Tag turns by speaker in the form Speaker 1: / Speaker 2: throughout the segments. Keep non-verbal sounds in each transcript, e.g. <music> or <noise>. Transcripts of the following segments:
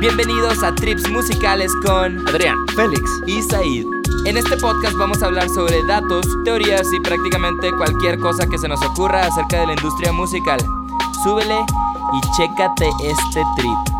Speaker 1: Bienvenidos a Trips Musicales con
Speaker 2: Adrián,
Speaker 3: Félix.
Speaker 1: y Said. En este podcast vamos a hablar sobre datos, teorías y prácticamente cualquier cosa que se nos ocurra acerca de la industria musical. Súbele y chécate este trip.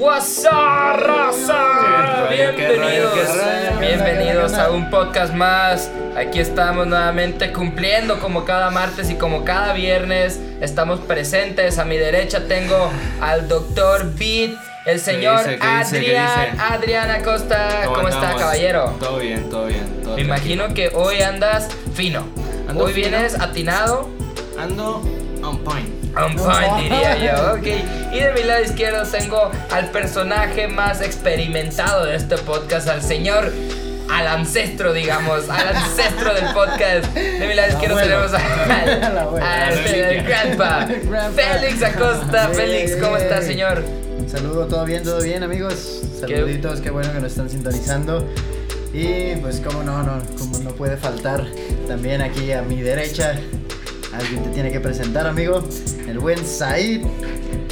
Speaker 1: What's up, raza?
Speaker 3: ¿Qué rollo, qué
Speaker 1: Bienvenidos,
Speaker 3: rollo, qué rollo?
Speaker 1: bienvenidos a un podcast más. Aquí estamos nuevamente cumpliendo como cada martes y como cada viernes. Estamos presentes. A mi derecha tengo al doctor Beat, el señor
Speaker 3: dice? ¿Qué dice? ¿Qué
Speaker 1: Adrián,
Speaker 3: dice?
Speaker 1: Adrián Acosta. ¿Cómo, está,
Speaker 3: andamos?
Speaker 1: caballero?
Speaker 3: Todo bien, todo bien. todo
Speaker 1: Me imagino que hoy andas fino.
Speaker 3: Ando
Speaker 1: hoy
Speaker 3: fino.
Speaker 1: vienes atinado.
Speaker 3: tranquilo. Ando on point.
Speaker 1: On point, diría
Speaker 3: <laughs>
Speaker 1: yo. Ok. Y de mi lado izquierdo tengo al personaje más experimentado de este podcast, al señor. Al ancestro, digamos, al ancestro del podcast. De mi lado izquierdo
Speaker 3: abuelo.
Speaker 1: tenemos
Speaker 3: <laughs>
Speaker 1: al,
Speaker 3: Al abuelo.
Speaker 1: al
Speaker 3: Reliquia. <laughs>
Speaker 1: grandpa,
Speaker 4: Grandpa.
Speaker 1: Félix Acosta.
Speaker 4: Yeah,
Speaker 1: Félix, ¿cómo
Speaker 4: yeah.
Speaker 1: estás, señor?
Speaker 4: Saludo, todo bien, todo bien, amigos.
Speaker 1: Qué-
Speaker 4: Saluditos, qué bueno que nos están sintonizando. Y pues como no, no, como no puede faltar, también aquí a mi derecha, alguien te tiene que presentar, amigo, el buen Said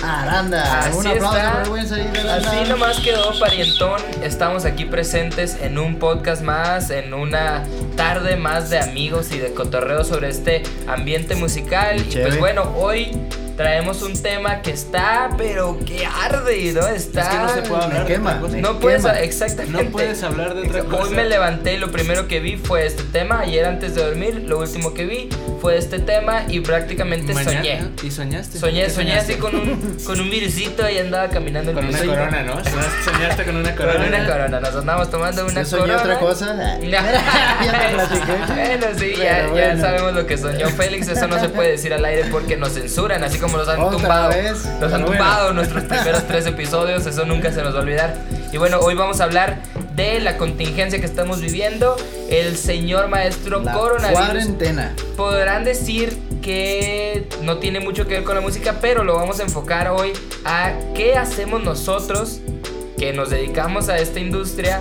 Speaker 4: Aranda.
Speaker 1: Así
Speaker 4: Un aplauso
Speaker 1: está.
Speaker 4: para el buen Said
Speaker 1: Así
Speaker 4: Aranda.
Speaker 1: nomás quedó parientón. Estamos aquí presentes en un podcast más, en una tarde más de amigos y de cotorreo sobre este ambiente musical. Y pues
Speaker 4: Chévere.
Speaker 1: bueno, hoy traemos un tema que está, pero que arde, ¿no? Está.
Speaker 3: Es que no se puede hablar.
Speaker 4: Me quema,
Speaker 3: de otra cosa.
Speaker 4: me
Speaker 1: No puedes,
Speaker 4: quema.
Speaker 1: exactamente.
Speaker 3: No puedes hablar de otra cosa.
Speaker 1: Hoy me levanté y lo primero que vi fue este tema. Ayer antes de dormir, lo último que vi fue este tema y prácticamente
Speaker 3: Mañana-
Speaker 1: soñé.
Speaker 3: ¿Y soñaste?
Speaker 1: Soñé,
Speaker 3: ¿Qué
Speaker 1: soñé
Speaker 3: soñaste?
Speaker 1: así con un, con un virusito y andaba caminando en
Speaker 3: Con
Speaker 1: mi
Speaker 3: una
Speaker 1: sueño.
Speaker 3: corona, ¿no? Soñaste- Soñaste con una corona.
Speaker 1: Con una corona, nos andamos tomando una
Speaker 4: Yo soñé
Speaker 1: corona.
Speaker 4: otra
Speaker 1: <laughs>
Speaker 4: cosa. <laughs>
Speaker 1: Ya.
Speaker 4: te platiqué.
Speaker 1: bueno, sí, ya,
Speaker 4: Pero
Speaker 1: ya
Speaker 4: bueno.
Speaker 1: sabemos lo que soñó Félix. Eso no se puede decir al aire porque nos censuran, así como nos han
Speaker 4: Otra
Speaker 1: tumbado.
Speaker 4: vez.
Speaker 1: Nos han
Speaker 3: Pero bueno.
Speaker 1: tumbado nuestros primeros tres episodios, eso nunca se nos va a olvidar. Y bueno, hoy vamos a hablar de la contingencia que estamos viviendo. El señor maestro
Speaker 4: La
Speaker 1: coronavirus.
Speaker 4: cuarentena.
Speaker 1: Podrán decir que no tiene mucho que ver con la música, pero lo vamos a enfocar hoy a qué hacemos nosotros que nos dedicamos a esta industria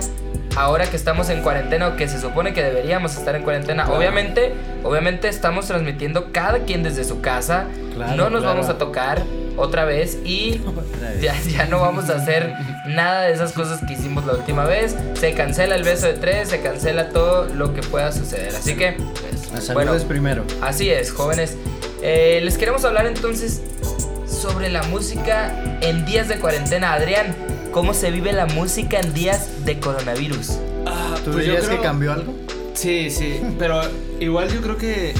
Speaker 1: ahora que estamos en cuarentena o que se supone que deberíamos estar en cuarentena.
Speaker 3: Claro.
Speaker 1: Obviamente, obviamente estamos transmitiendo cada quien desde su casa.
Speaker 4: Claro,
Speaker 1: no nos
Speaker 4: claro.
Speaker 1: vamos a tocar otra vez y <laughs>
Speaker 4: Otra vez.
Speaker 1: ya, ya no vamos a hacer nada de esas cosas que hicimos la última vez. Se cancela el beso de tres, se cancela todo lo que pueda suceder. Así que, pues,
Speaker 4: Las
Speaker 1: bueno,
Speaker 4: saludes primero.
Speaker 1: Así es, jóvenes. Eh, les queremos hablar entonces sobre la música en días de cuarentena. Adrián, ¿cómo se vive la música en días de coronavirus?
Speaker 3: Ah,
Speaker 4: ¿Tú
Speaker 3: pues yo
Speaker 4: dirías
Speaker 3: creo-
Speaker 4: que cambió algo?
Speaker 3: Sí, sí, pero igual yo creo que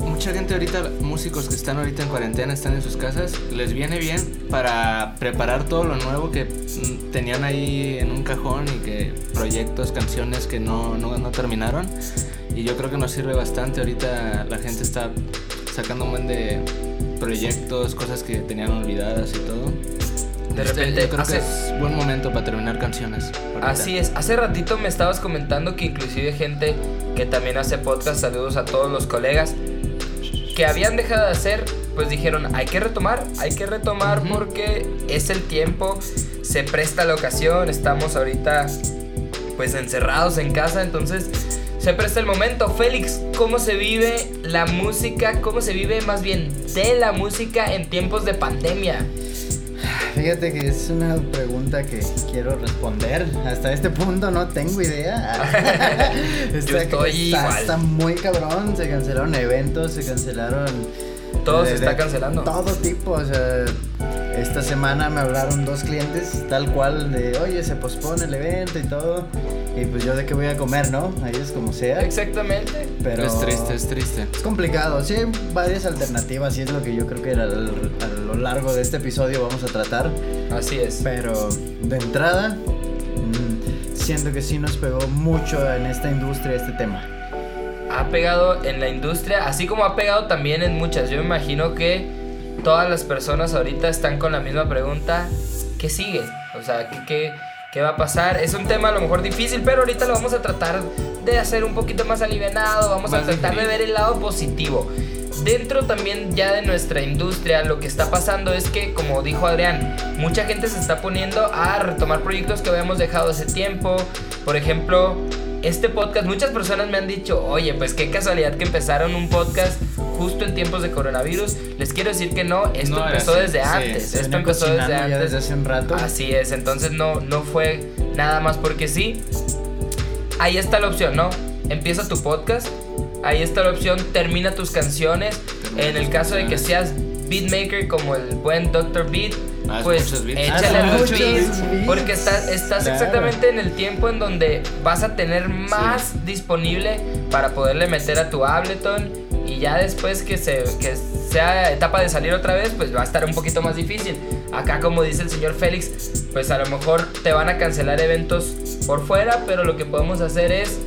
Speaker 3: mucha gente ahorita, músicos que están ahorita en cuarentena, están en sus casas, les viene bien para preparar todo lo nuevo que mm, tenían ahí en un cajón y que proyectos, canciones que no, no, no terminaron. Y yo creo que nos sirve bastante. Ahorita la gente está sacando un buen de proyectos, cosas que tenían olvidadas y todo.
Speaker 1: De
Speaker 3: Este,
Speaker 1: repente
Speaker 3: yo creo
Speaker 1: hace-
Speaker 3: que es buen momento para terminar canciones. ahorita.
Speaker 1: Así es, hace ratito me estabas comentando que inclusive gente que también hace podcast, saludos a todos los colegas, que habían dejado de hacer, pues dijeron, hay que retomar, hay que retomar
Speaker 3: Ujú.
Speaker 1: porque es el tiempo, se presta la ocasión, estamos ahorita pues encerrados en casa, entonces se presta el momento. Félix, ¿cómo se vive la música? ¿Cómo se vive más bien de la música en tiempos de pandemia?
Speaker 4: Fíjate que es una pregunta que quiero responder. Hasta este punto no tengo
Speaker 1: <laughs>
Speaker 4: idea.
Speaker 1: Yo estoy
Speaker 4: está,
Speaker 1: igual.
Speaker 4: está muy cabrón. Se cancelaron eventos, se cancelaron.
Speaker 1: Todo se
Speaker 4: de-
Speaker 1: está
Speaker 4: de
Speaker 1: cancelando.
Speaker 4: Todo tipo. O sea, esta semana me hablaron dos clientes, tal cual, de oye, se pospone el evento y todo. Y pues yo de qué voy a comer, ¿no? Ahí es como sea.
Speaker 1: Exactamente.
Speaker 4: Pero
Speaker 3: Es triste, es triste.
Speaker 4: es complicado, sí, hay varias alternativas y es lo que yo creo que a, a lo largo de este episodio vamos a tratar.
Speaker 1: Así es.
Speaker 4: Pero de entrada, mm, siento que sí nos pegó mucho en esta industria este tema.
Speaker 1: ha pegado en la industria, así como ha pegado también en muchas. Yo me imagino que todas las personas ahorita están con la misma pregunta, ¿qué sigue? O sea, ¿qué, qué, qué va a pasar? Es un tema a lo mejor difícil, pero ahorita lo vamos a tratar de hacer un poquito más alivianado, vamos a
Speaker 3: Más
Speaker 1: tratar de
Speaker 3: digerible.
Speaker 1: ver el lado positivo. Dentro también ya de nuestra industria lo que está pasando es que, como dijo Adrián, mucha gente se está poniendo a retomar proyectos que habíamos dejado hace tiempo. Por ejemplo, este podcast, muchas personas me han dicho, oye, pues qué casualidad que empezaron un podcast justo en tiempos de coronavirus. Les quiero decir que no, esto
Speaker 3: No, era
Speaker 1: empezó
Speaker 3: así,
Speaker 1: desde
Speaker 3: sí,
Speaker 1: antes.
Speaker 3: se
Speaker 1: Esto
Speaker 4: venía
Speaker 1: empezó desde
Speaker 4: cocinando ya
Speaker 1: antes. Ah,
Speaker 4: desde hace un rato.
Speaker 1: Así es, entonces no, no fue nada más porque sí. Ahí está la opción, ¿no? Empieza tu podcast, ahí está la opción, termina tus canciones.
Speaker 3: Termina
Speaker 1: En el
Speaker 3: tus
Speaker 1: caso de que
Speaker 3: canciones.
Speaker 1: seas beatmaker como el buen Dr. Beat,
Speaker 3: Haz
Speaker 1: pues
Speaker 3: muchos beats.
Speaker 1: échale
Speaker 4: Haz
Speaker 1: los
Speaker 4: Ah, muchos
Speaker 1: beats,
Speaker 4: beats.
Speaker 1: porque estás, estás
Speaker 4: Claro.
Speaker 1: exactamente en el tiempo en donde vas a tener más disponible para poderle meter a tu Ableton y ya después que, se, que sea etapa de salir otra vez, pues va a estar un poquito más difícil. Acá como dice el señor Félix, pues a lo mejor te van a cancelar eventos por fuera, pero lo que podemos hacer es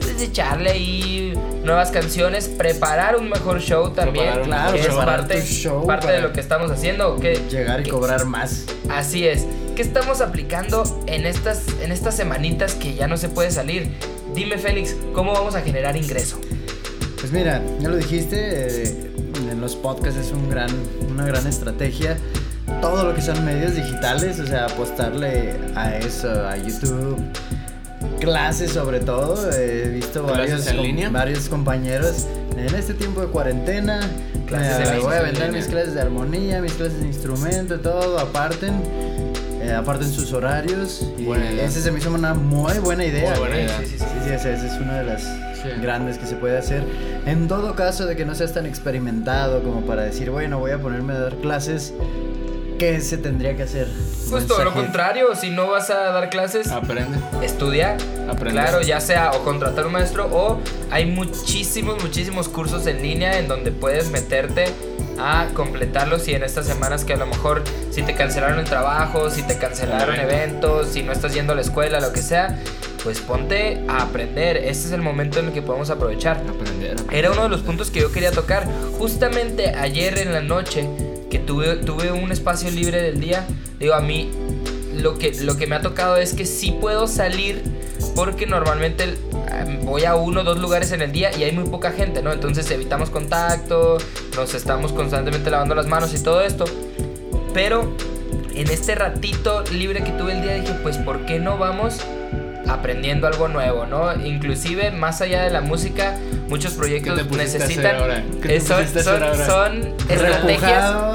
Speaker 1: pues, echarle ahí nuevas canciones, preparar un mejor show también,
Speaker 3: Preparar un
Speaker 4: claro,
Speaker 1: que es
Speaker 4: preparar
Speaker 1: parte,
Speaker 4: tu show
Speaker 1: parte de
Speaker 4: para-
Speaker 1: lo que estamos haciendo, que
Speaker 4: Llegar y
Speaker 1: que-
Speaker 4: cobrar más.
Speaker 1: Así es. ¿Qué estamos aplicando en estas, en estas semanitas que ya no se puede salir? Dime, Félix, ¿cómo vamos a generar ingreso?
Speaker 4: Pues mira, ya lo dijiste, eh, en los podcasts es un gran, una gran estrategia. Todo lo que son medios digitales, o sea, apostarle a eso, a YouTube, clases sobre todo. eh, He visto
Speaker 3: ¿Clases
Speaker 4: varios,
Speaker 3: en
Speaker 4: com-
Speaker 3: línea?
Speaker 4: varios compañeros en este tiempo de cuarentena.
Speaker 1: Clases
Speaker 4: me
Speaker 1: en
Speaker 4: voy a
Speaker 3: línea.
Speaker 4: vender mis clases de armonía, mis clases de instrumento, todo, aparten. eh, aparten sus horarios. Y
Speaker 3: Buena idea.
Speaker 4: ese se me hizo una muy buena idea.
Speaker 3: Muy buena
Speaker 4: eh,
Speaker 3: idea.
Speaker 4: sí, sí, sí, sí, o sea, esa es una de las
Speaker 3: Sí.
Speaker 4: grandes que se puede hacer. En todo caso de que no seas tan experimentado como para decir, bueno, voy a ponerme a dar clases, ¿qué se tendría que hacer?
Speaker 1: Pues todo lo
Speaker 4: Mensaje.
Speaker 1: contrario, si no vas a dar clases,
Speaker 3: Aprende.
Speaker 1: estudia.
Speaker 3: Aprende.
Speaker 1: Claro, ya sea o contratar un maestro o hay muchísimos, muchísimos cursos en línea en donde puedes meterte a completarlos y en estas semanas que a lo mejor si te cancelaron el trabajo, si te cancelaron
Speaker 3: El
Speaker 1: eventos, si no estás yendo a la escuela, lo que sea, pues ponte a aprender. Este es el momento en el que podemos aprovechar.
Speaker 3: Aprender.
Speaker 1: Era uno de los puntos que yo quería tocar. Justamente ayer en la noche, que tuve, tuve un espacio libre del día, digo, a mí lo que, lo que me ha tocado es que sí puedo salir porque normalmente eh, voy a uno o dos lugares en el día y hay muy poca gente, ¿no? Entonces evitamos contacto, nos estamos constantemente lavando las manos y todo esto. Pero en este ratito libre que tuve el día dije, pues ¿por qué no vamos aprendiendo algo nuevo, no? Inclusive más allá de la música, muchos proyectos
Speaker 3: ¿Qué te pusiste a hacer
Speaker 1: necesitan
Speaker 3: ahora? ¿Qué te
Speaker 1: eh, son,
Speaker 3: pusiste a hacer
Speaker 1: son-
Speaker 3: ahora?
Speaker 1: son estrategias,
Speaker 3: <laughs>
Speaker 4: Repujado.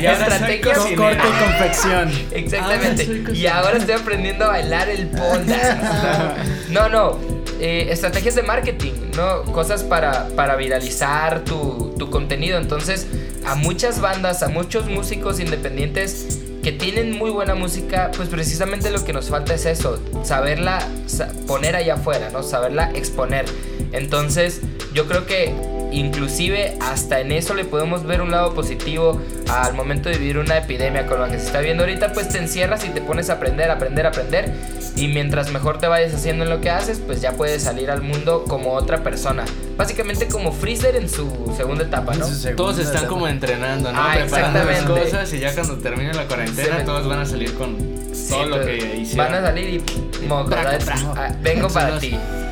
Speaker 3: Y ahora soy
Speaker 1: estrategias
Speaker 4: Co- corte y confección.
Speaker 1: <laughs> Exactamente.
Speaker 3: Ahora soy
Speaker 1: y
Speaker 3: cocinero.
Speaker 1: ahora estoy aprendiendo a bailar el pole dance. No, no. eh, estrategias de marketing, ¿no? Cosas para, para viralizar tu, tu contenido. Entonces, a muchas bandas, a muchos músicos independientes que tienen muy buena música, pues precisamente lo que nos falta es eso, saberla sa- poner allá afuera, ¿no? Saberla exponer. Entonces, yo creo que inclusive hasta en eso le podemos ver un lado positivo al momento de vivir una epidemia con la que se está viendo ahorita, pues te encierras y te pones a aprender, aprender, aprender. Y mientras mejor te vayas haciendo en lo que haces, pues ya puedes salir al mundo como otra persona. Básicamente como Freezer en su segunda etapa, ¿no?
Speaker 4: Su segunda
Speaker 3: Todos están
Speaker 4: etapa.
Speaker 3: como entrenando, ¿no?
Speaker 1: Ah,
Speaker 3: Preparando las
Speaker 1: exactamente.
Speaker 3: cosas y ya cuando termine la
Speaker 1: Se
Speaker 3: cuarentena
Speaker 1: me-
Speaker 3: todos van a salir con
Speaker 1: Sí,
Speaker 3: todo lo
Speaker 1: pero
Speaker 3: que hicieron.
Speaker 1: Van a salir y... moco,
Speaker 3: Traca,
Speaker 1: ¿verdad?
Speaker 3: traca.
Speaker 1: Ah, vengo
Speaker 3: Son
Speaker 1: para
Speaker 3: los-
Speaker 1: ti.
Speaker 3: Con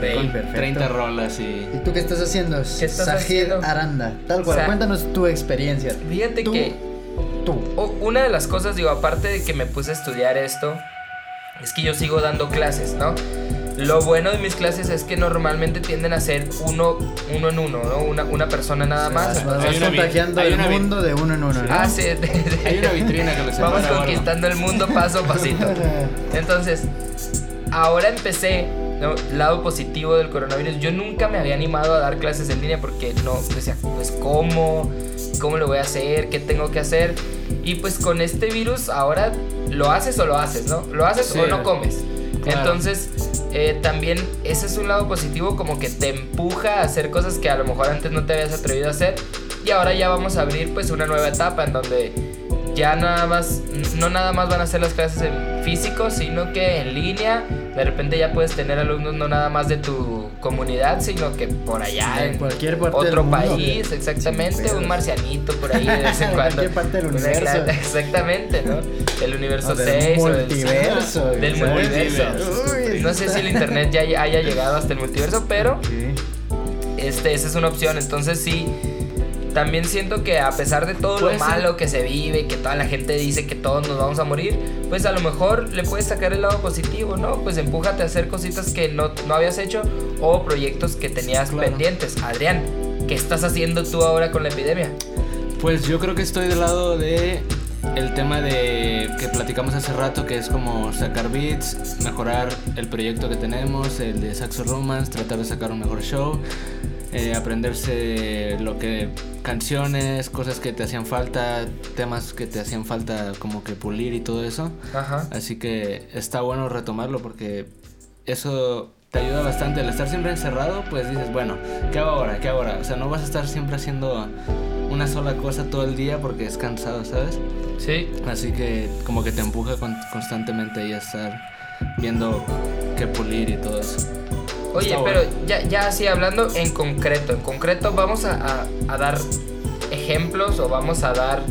Speaker 1: Rey.
Speaker 4: Perfecto.
Speaker 3: 30 rolas y
Speaker 4: ¿Y tú qué estás haciendo?
Speaker 1: ¿Qué estás
Speaker 4: Sajid
Speaker 1: haciendo?
Speaker 4: Aranda. Tal cual,
Speaker 1: Sa-
Speaker 4: cuéntanos tu experiencia.
Speaker 1: Fíjate
Speaker 4: Tú,
Speaker 1: que
Speaker 4: Tú.
Speaker 1: o- una de las cosas, digo, aparte de que me puse a estudiar esto, es que yo sigo dando clases, ¿no? Lo bueno de mis clases es que normalmente tienden a ser uno, uno en uno, ¿no? Una, una persona nada más.
Speaker 4: Vas, vas
Speaker 3: Hay una vi-
Speaker 4: contagiando
Speaker 3: hay
Speaker 4: el
Speaker 3: una vi-
Speaker 4: mundo de uno en uno, ¿no? <laughs>
Speaker 1: Ah, sí, <laughs>
Speaker 3: hay una vitrina que lo separa.
Speaker 1: Vamos
Speaker 3: bueno.
Speaker 1: conquistando el mundo paso a pasito. Entonces, ahora empecé, ¿no? lado positivo del coronavirus, yo nunca me había animado a dar clases en línea porque no, decía, pues cómo, cómo lo voy a hacer, qué tengo que hacer. Y pues con este virus ahora lo haces o lo haces, ¿no? Lo haces
Speaker 3: Sí.
Speaker 1: o no comes.
Speaker 3: Claro.
Speaker 1: Entonces, eh, también ese es un lado positivo como que te empuja a hacer cosas que a lo mejor antes no te habías atrevido a hacer. Y ahora ya vamos a abrir pues una nueva etapa en donde ya nada más, no nada más van a ser las clases en físico, sino que en línea. De repente ya puedes tener alumnos no nada más de tu comunidad, sino que por allá
Speaker 4: De
Speaker 1: en
Speaker 4: cualquier parte del
Speaker 1: otro
Speaker 4: mundo.
Speaker 1: país, exactamente,
Speaker 4: Sin
Speaker 1: un
Speaker 4: pedos.
Speaker 1: marcianito por
Speaker 4: <laughs>
Speaker 1: ahí de vez en
Speaker 4: En
Speaker 1: cuando.
Speaker 4: cualquier parte del
Speaker 1: Una
Speaker 4: universo.
Speaker 1: clase- Exactamente, ¿no? El universo
Speaker 4: O del
Speaker 1: 6 o del
Speaker 4: multiverso.
Speaker 1: <laughs>
Speaker 4: güey,
Speaker 1: del
Speaker 4: ¿sabes?
Speaker 1: multiverso.
Speaker 4: Uy,
Speaker 1: No sé si el internet ya haya llegado hasta el multiverso, pero
Speaker 4: Ok.
Speaker 1: este, esa es una opción. Entonces sí, también siento que a pesar de todo lo
Speaker 3: Puede ser.
Speaker 1: malo que se vive, que toda la gente dice que todos nos vamos a morir, pues a lo mejor le puedes sacar el lado positivo, ¿no? Pues empújate a hacer cositas que no, no habías hecho o proyectos que tenías
Speaker 3: Claro.
Speaker 1: pendientes. Adrián, ¿qué estás haciendo tú ahora con la epidemia?
Speaker 3: Pues yo creo que estoy del lado de el tema de que platicamos hace rato, que es como sacar beats, mejorar el proyecto que tenemos, el de Saxo Romance, tratar de sacar un mejor show, eh, aprenderse lo que canciones, cosas que te hacían falta, temas que te hacían falta como que pulir y todo eso.
Speaker 1: Ajá.
Speaker 3: Así que está bueno retomarlo porque eso te ayuda bastante. El estar siempre encerrado, pues dices, bueno, ¿qué hago ahora? ¿Qué hago ahora? O sea, no vas a estar siempre haciendo una sola cosa todo el día porque es cansado, ¿sabes?
Speaker 1: Sí,
Speaker 3: Así que como que te empuja con- constantemente ahí a estar viendo qué pulir y todo eso.
Speaker 1: Oye,
Speaker 3: Está
Speaker 1: pero
Speaker 3: bueno.
Speaker 1: ya, ya así hablando en concreto, en concreto vamos a, a- a dar ejemplos o vamos a dar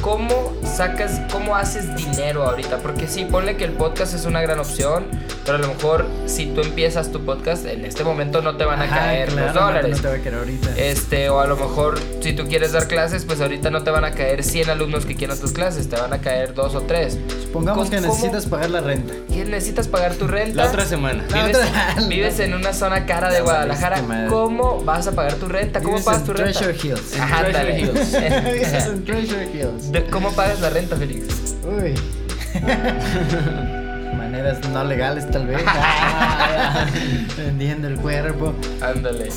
Speaker 1: cómo sacas, cómo haces dinero ahorita. Porque sí, ponle que el podcast es una gran opción, pero a lo mejor si tú empiezas tu podcast, en este momento no te van a
Speaker 4: Ajá,
Speaker 1: caer
Speaker 4: claro,
Speaker 1: los
Speaker 4: no,
Speaker 1: dólares.
Speaker 4: No te va a querer ahorita.
Speaker 1: Este, o a lo mejor si tú quieres dar clases, pues ahorita no te van a caer 100 alumnos que quieran tus clases, te van a caer dos o tres.
Speaker 4: Supongamos
Speaker 1: ¿cómo-
Speaker 4: que
Speaker 1: cómo?
Speaker 4: necesitas pagar la renta.
Speaker 1: ¿Qué necesitas pagar tu renta?
Speaker 3: La otra semana.
Speaker 4: La
Speaker 1: Vives,
Speaker 4: otra-
Speaker 1: vives en una zona cara de
Speaker 4: Ya
Speaker 1: Guadalajara.
Speaker 4: valiste madre.
Speaker 1: ¿Cómo vas a pagar tu renta? ¿Cómo
Speaker 4: Vives
Speaker 1: pagas
Speaker 4: en
Speaker 1: tu renta? <laughs>
Speaker 4: Treasure Hills.
Speaker 1: Ajá,
Speaker 3: Treasure
Speaker 1: ándale.
Speaker 3: Hills.
Speaker 1: <laughs>
Speaker 4: <laughs> Vives en Treasure Hills.
Speaker 1: De- ¿Cómo pagas la renta, Félix?
Speaker 4: Uy. Maneras no legales tal vez. <laughs> Vendiendo el cuerpo.
Speaker 1: Ándale.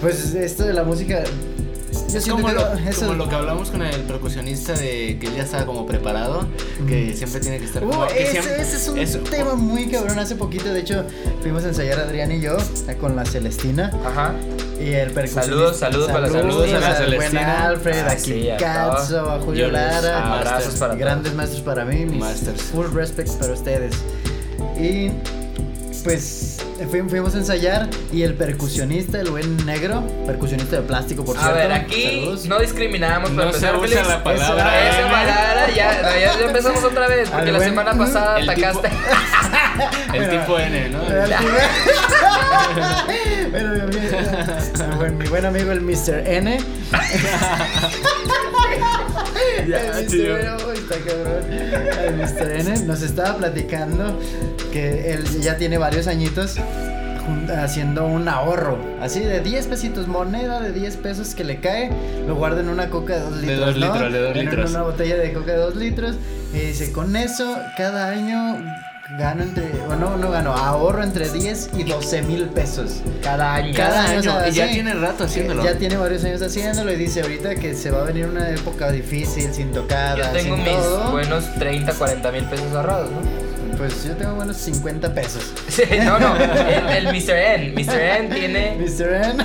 Speaker 4: Pues esto de la música. Yo
Speaker 3: Es
Speaker 4: siento
Speaker 3: como
Speaker 4: que
Speaker 3: lo,
Speaker 4: no- eso-
Speaker 3: como lo que hablamos con el percusionista de que él ya estaba como preparado, que siempre tiene que estar
Speaker 4: Uh,
Speaker 3: como... que
Speaker 4: ese,
Speaker 3: siempre-
Speaker 4: ese es un
Speaker 3: eso.
Speaker 4: tema muy cabrón. Hace poquito, de hecho, fuimos a ensayar Adrián y yo eh, con la Celestina
Speaker 1: Ajá.
Speaker 4: y el percusionista.
Speaker 1: Saludos, saludos para la
Speaker 3: Saludos a la
Speaker 4: al buen
Speaker 3: Celestina.
Speaker 4: Alfred,
Speaker 1: Ah,
Speaker 4: a Kit
Speaker 1: sí, a
Speaker 4: Katz,
Speaker 1: todos.
Speaker 4: a Julio
Speaker 3: Yo los
Speaker 4: Lara.
Speaker 3: amo.
Speaker 1: Abrazos
Speaker 3: Masters.
Speaker 1: para todos.
Speaker 4: Grandes maestros para mí, mis
Speaker 3: Masters.
Speaker 4: full respect para ustedes. Y pues fui- fuimos a ensayar y el percusionista, el buen negro, percusionista de plástico, por
Speaker 1: A
Speaker 4: cierto.
Speaker 1: ver, aquí
Speaker 4: saludos.
Speaker 1: no discriminamos para
Speaker 3: No se
Speaker 1: empezar,
Speaker 3: usa
Speaker 1: Félix. pues,
Speaker 3: la palabra.
Speaker 1: Esa palabra,
Speaker 4: <laughs>
Speaker 1: ya, ya- ya empezamos otra vez, porque
Speaker 4: ¿eh? Al
Speaker 1: la
Speaker 4: buen-
Speaker 1: semana pasada
Speaker 3: El tipo-
Speaker 1: atacaste.
Speaker 4: <laughs>
Speaker 3: El
Speaker 4: Pero-
Speaker 3: tipo N, ¿no?
Speaker 4: Pero al final- Bueno, mi, mi- bueno, mi buen amigo el Mr. N.
Speaker 3: Ya,
Speaker 4: el Mr.
Speaker 3: tío.
Speaker 4: N, uy, está cabrón. El Mr. N nos estaba platicando que él ya tiene varios añitos jun- haciendo un ahorro así de 10 pesitos moneda de 10 pesos que le cae lo guarda en una coca de 2
Speaker 3: De
Speaker 4: litros
Speaker 3: dos
Speaker 4: ¿no?
Speaker 3: litros, de dos
Speaker 4: En
Speaker 3: litros.
Speaker 4: una botella de coca de 2 litros y dice con eso cada año gano entre o no no gano ahorro entre 10 y 12 mil pesos
Speaker 1: Cada año.
Speaker 4: cada año, o sea,
Speaker 3: Ah, y ya
Speaker 4: sí.
Speaker 3: tiene rato haciéndolo.
Speaker 4: ya tiene varios años haciéndolo y dice ahorita que se va a venir una época difícil sin
Speaker 1: Yo
Speaker 4: tocada
Speaker 1: tengo
Speaker 4: sin
Speaker 1: mis
Speaker 4: todo
Speaker 1: buenos 30, 40 mil pesos ahorrados, ¿no? <laughs>
Speaker 4: pues yo tengo buenos 50 pesos
Speaker 1: Sí, no,
Speaker 4: <laughs>
Speaker 1: no. El, el Mr. N. Mr. N tiene.
Speaker 4: Mr. N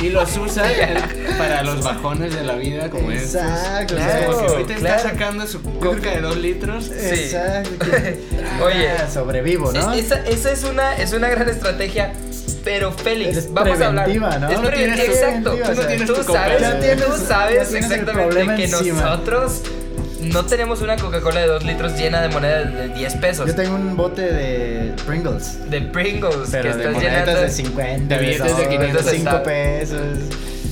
Speaker 3: Y los usa él para los bajones de la vida, como es.
Speaker 4: Exacto,
Speaker 1: claro,
Speaker 3: Como que ahorita
Speaker 1: claro.
Speaker 3: está sacando su coca de dos litros.
Speaker 1: Sí.
Speaker 4: exacto
Speaker 1: <laughs> Oye.
Speaker 4: Ah, sobrevivo no
Speaker 1: Es- Esa, esa es, una, es una gran estrategia, pero Félix,
Speaker 4: Es
Speaker 1: vamos a hablar.
Speaker 4: preventiva, ¿no?
Speaker 1: Es
Speaker 4: Tú no
Speaker 1: preventiva,
Speaker 4: tienes-
Speaker 1: exacto.
Speaker 4: preventiva,
Speaker 1: Tú, no
Speaker 4: o sea,
Speaker 1: tienes
Speaker 3: tú
Speaker 1: tu
Speaker 3: sabes-
Speaker 1: sabes,
Speaker 3: ya
Speaker 4: tienes-
Speaker 1: tú
Speaker 4: ya
Speaker 1: sabes
Speaker 4: tienes el
Speaker 1: exactamente
Speaker 4: problema
Speaker 1: que
Speaker 4: encima.
Speaker 1: nosotros no tenemos una Coca-Cola de 2 litros llena de monedas de 10 pesos.
Speaker 4: yo tengo un bote de Pringles
Speaker 1: De Pringles que
Speaker 4: Pero de
Speaker 1: estás
Speaker 4: monedas
Speaker 1: llenando.
Speaker 4: de 50,
Speaker 3: de billetes de 500
Speaker 4: 5
Speaker 1: centavos.
Speaker 4: pesos.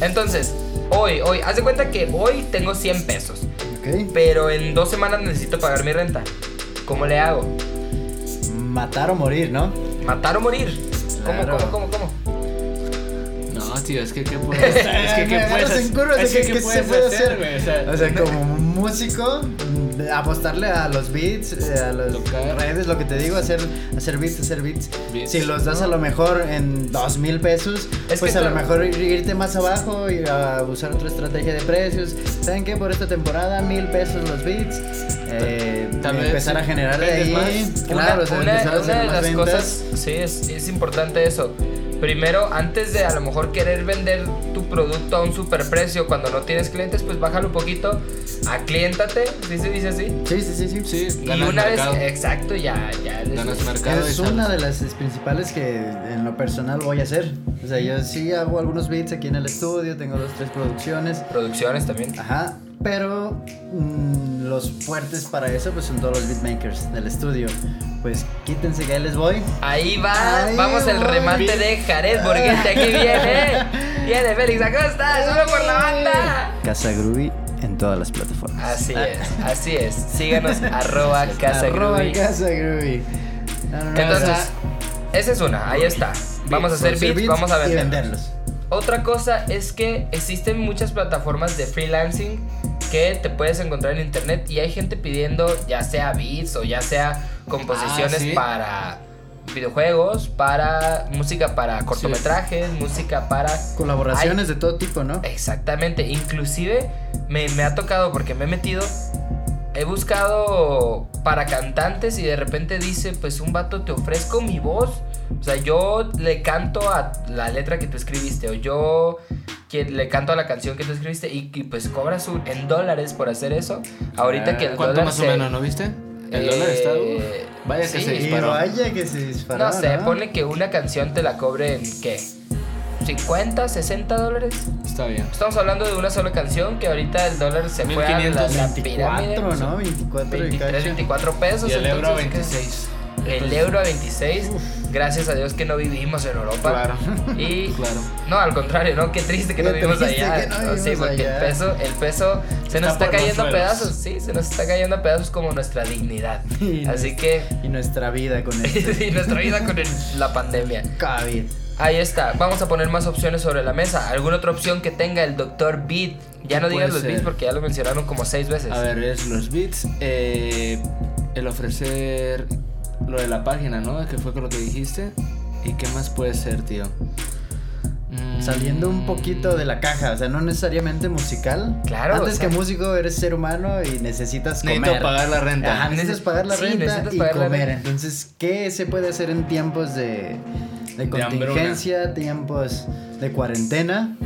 Speaker 1: Entonces, hoy, hoy, haz de cuenta que hoy tengo 100 pesos,
Speaker 4: Ok.
Speaker 1: pero en dos semanas necesito pagar mi renta. ¿Cómo le hago?
Speaker 4: Matar o morir, ¿no?
Speaker 1: ¿Matar o morir? ¿Cómo,
Speaker 4: Claro.
Speaker 1: cómo, cómo, cómo?
Speaker 3: No, tío, es que <laughs> qué puedes Es que qué
Speaker 4: Me
Speaker 3: puedes
Speaker 4: agarras en curva,
Speaker 3: hacer.
Speaker 4: de
Speaker 3: Es
Speaker 4: que-
Speaker 3: que
Speaker 4: que
Speaker 3: qué
Speaker 4: se
Speaker 3: puedes
Speaker 4: puede
Speaker 3: hacer,
Speaker 4: hacer.
Speaker 3: güey. O sea,
Speaker 4: O sea, como músico, mm, apostarle a los beats, eh, a las
Speaker 3: Tocar.
Speaker 4: redes, lo que te digo, hacer, hacer beats, hacer beats.
Speaker 3: Beats.
Speaker 4: Si los das a lo mejor en dos mil pesos,
Speaker 1: Es
Speaker 4: pues
Speaker 1: que
Speaker 4: a lo
Speaker 1: claro.
Speaker 4: mejor ir- irte más abajo y a usar otra estrategia de precios. ¿Saben qué? Por esta temporada, mil pesos los beats. Eh,
Speaker 3: Tal vez
Speaker 4: empezar a
Speaker 3: si
Speaker 4: generar de ahí.
Speaker 3: vendes más,
Speaker 4: claro, o sea, empezar a hacer
Speaker 1: una de
Speaker 4: más
Speaker 1: las
Speaker 4: ventas.
Speaker 1: cosas, sí, es, es importante eso. Primero, antes de a lo mejor querer vender tu producto a un superprecio cuando no tienes clientes, pues bájalo un poquito, acliéntate, ¿sí se dice así?
Speaker 4: Sí, sí, sí, sí.
Speaker 3: Sí,
Speaker 1: Y
Speaker 3: ganas
Speaker 1: una
Speaker 3: mercado.
Speaker 1: vez, exacto, ya, ya. les-
Speaker 3: Ganas mercado.
Speaker 4: Es
Speaker 3: y sabes.
Speaker 4: una de las principales que en lo personal voy a hacer. O sea, yo sí hago algunos beats aquí en el estudio, tengo dos, tres producciones.
Speaker 1: Producciones también.
Speaker 4: Ajá, pero mm, los fuertes para eso pues son todos los beatmakers del estudio. Pues quítense que ahí les voy.
Speaker 1: Ahí va,
Speaker 4: Ahí
Speaker 1: vamos al
Speaker 4: voy.
Speaker 1: remate de Jared Borghetti, aquí viene. Viene Félix Acosta, solo por la banda.
Speaker 4: Casa Groovy en todas las plataformas.
Speaker 1: Así es, así es. Síganos arroba Casa
Speaker 4: Arroba
Speaker 1: Groovy.
Speaker 4: Casa Groovy. No, no, no,
Speaker 1: Entonces,
Speaker 4: o sea,
Speaker 1: esa es una, ahí está. Vamos a hacer
Speaker 4: producir
Speaker 1: beats, vamos a
Speaker 4: y
Speaker 1: vender.
Speaker 4: venderlos.
Speaker 1: Otra cosa es que existen muchas plataformas de freelancing que te puedes encontrar en internet y hay gente pidiendo ya sea beats o ya sea composiciones
Speaker 3: Ah, ¿sí?
Speaker 1: para videojuegos, para música para cortometrajes, música para
Speaker 4: Colaboraciones de todo tipo, ¿no?
Speaker 1: Exactamente, inclusive me, me ha tocado porque me he metido, he buscado para cantantes y de repente dice, pues un vato te ofrezco mi voz, o sea, yo le canto a la letra que tú escribiste o yo que le canto a la canción que tú escribiste y, y, pues cobras un- en dólares por hacer eso. Ahorita que el
Speaker 3: ¿Cuánto
Speaker 1: dólar
Speaker 3: más o
Speaker 1: se-
Speaker 3: menos, no viste? El dólar
Speaker 1: eh,
Speaker 3: está. uh, vaya que
Speaker 1: sí,
Speaker 3: se
Speaker 1: y
Speaker 4: Y
Speaker 3: disparó.
Speaker 4: vaya que se disparó.
Speaker 1: no sé, ponle que una canción te la cobre en qué, 50, 60 dólares.
Speaker 3: Está bien.
Speaker 1: Estamos hablando de una sola canción que ahorita el dólar se fue a la, la pirámide.
Speaker 4: 24, ¿no? 24 y
Speaker 1: 23,
Speaker 4: cacho.
Speaker 1: 24 pesos.
Speaker 3: Y el euro
Speaker 1: entonces, ¿qué?
Speaker 3: 26.
Speaker 1: El euro a 26. Gracias a Dios que no vivimos en Europa.
Speaker 3: Claro.
Speaker 1: Y
Speaker 3: Claro.
Speaker 1: no, al contrario, ¿no? Qué triste que
Speaker 4: Qué
Speaker 1: no vivimos
Speaker 4: triste
Speaker 1: allá.
Speaker 4: que no
Speaker 1: ¿no? sí,
Speaker 4: vivimos
Speaker 1: porque
Speaker 4: allá.
Speaker 1: el peso, el peso se nos está,
Speaker 3: Está por los
Speaker 1: cayendo a
Speaker 3: suelos.
Speaker 1: pedazos. Sí, se nos está cayendo a pedazos como nuestra dignidad.
Speaker 4: <laughs> Y
Speaker 1: Así
Speaker 4: nuestra-
Speaker 1: que.
Speaker 4: <laughs> Y nuestra vida
Speaker 1: <laughs>
Speaker 4: con este
Speaker 1: y nuestra vida con el- la pandemia.
Speaker 4: COVID.
Speaker 1: Ahí está, vamos a poner más opciones sobre la mesa. ¿Alguna otra opción que tenga el Dr. Beat? Ya no
Speaker 4: ¿Qué
Speaker 1: digas
Speaker 4: puede
Speaker 1: los
Speaker 4: ser?
Speaker 1: beats porque ya lo mencionaron como seis veces.
Speaker 3: A ver, es los beats. eh, el ofrecer lo de la página, ¿no? Que fue con lo que dijiste. ¿Y qué más puede ser, tío? Mm,
Speaker 4: Saliendo un poquito de la caja, o sea, no necesariamente musical.
Speaker 1: Claro,
Speaker 4: Antes
Speaker 1: o sea-
Speaker 4: que músico eres ser humano y necesitas comer.
Speaker 3: Necesito pagar la renta.
Speaker 4: Ajá, necesitas pagar la
Speaker 1: Sí,
Speaker 4: renta
Speaker 1: necesitas
Speaker 4: y
Speaker 1: pagar la
Speaker 4: comer.
Speaker 1: renta.
Speaker 4: Entonces, ¿qué se puede hacer en tiempos de, de
Speaker 3: De
Speaker 4: contingencia, tiempos de cuarentena?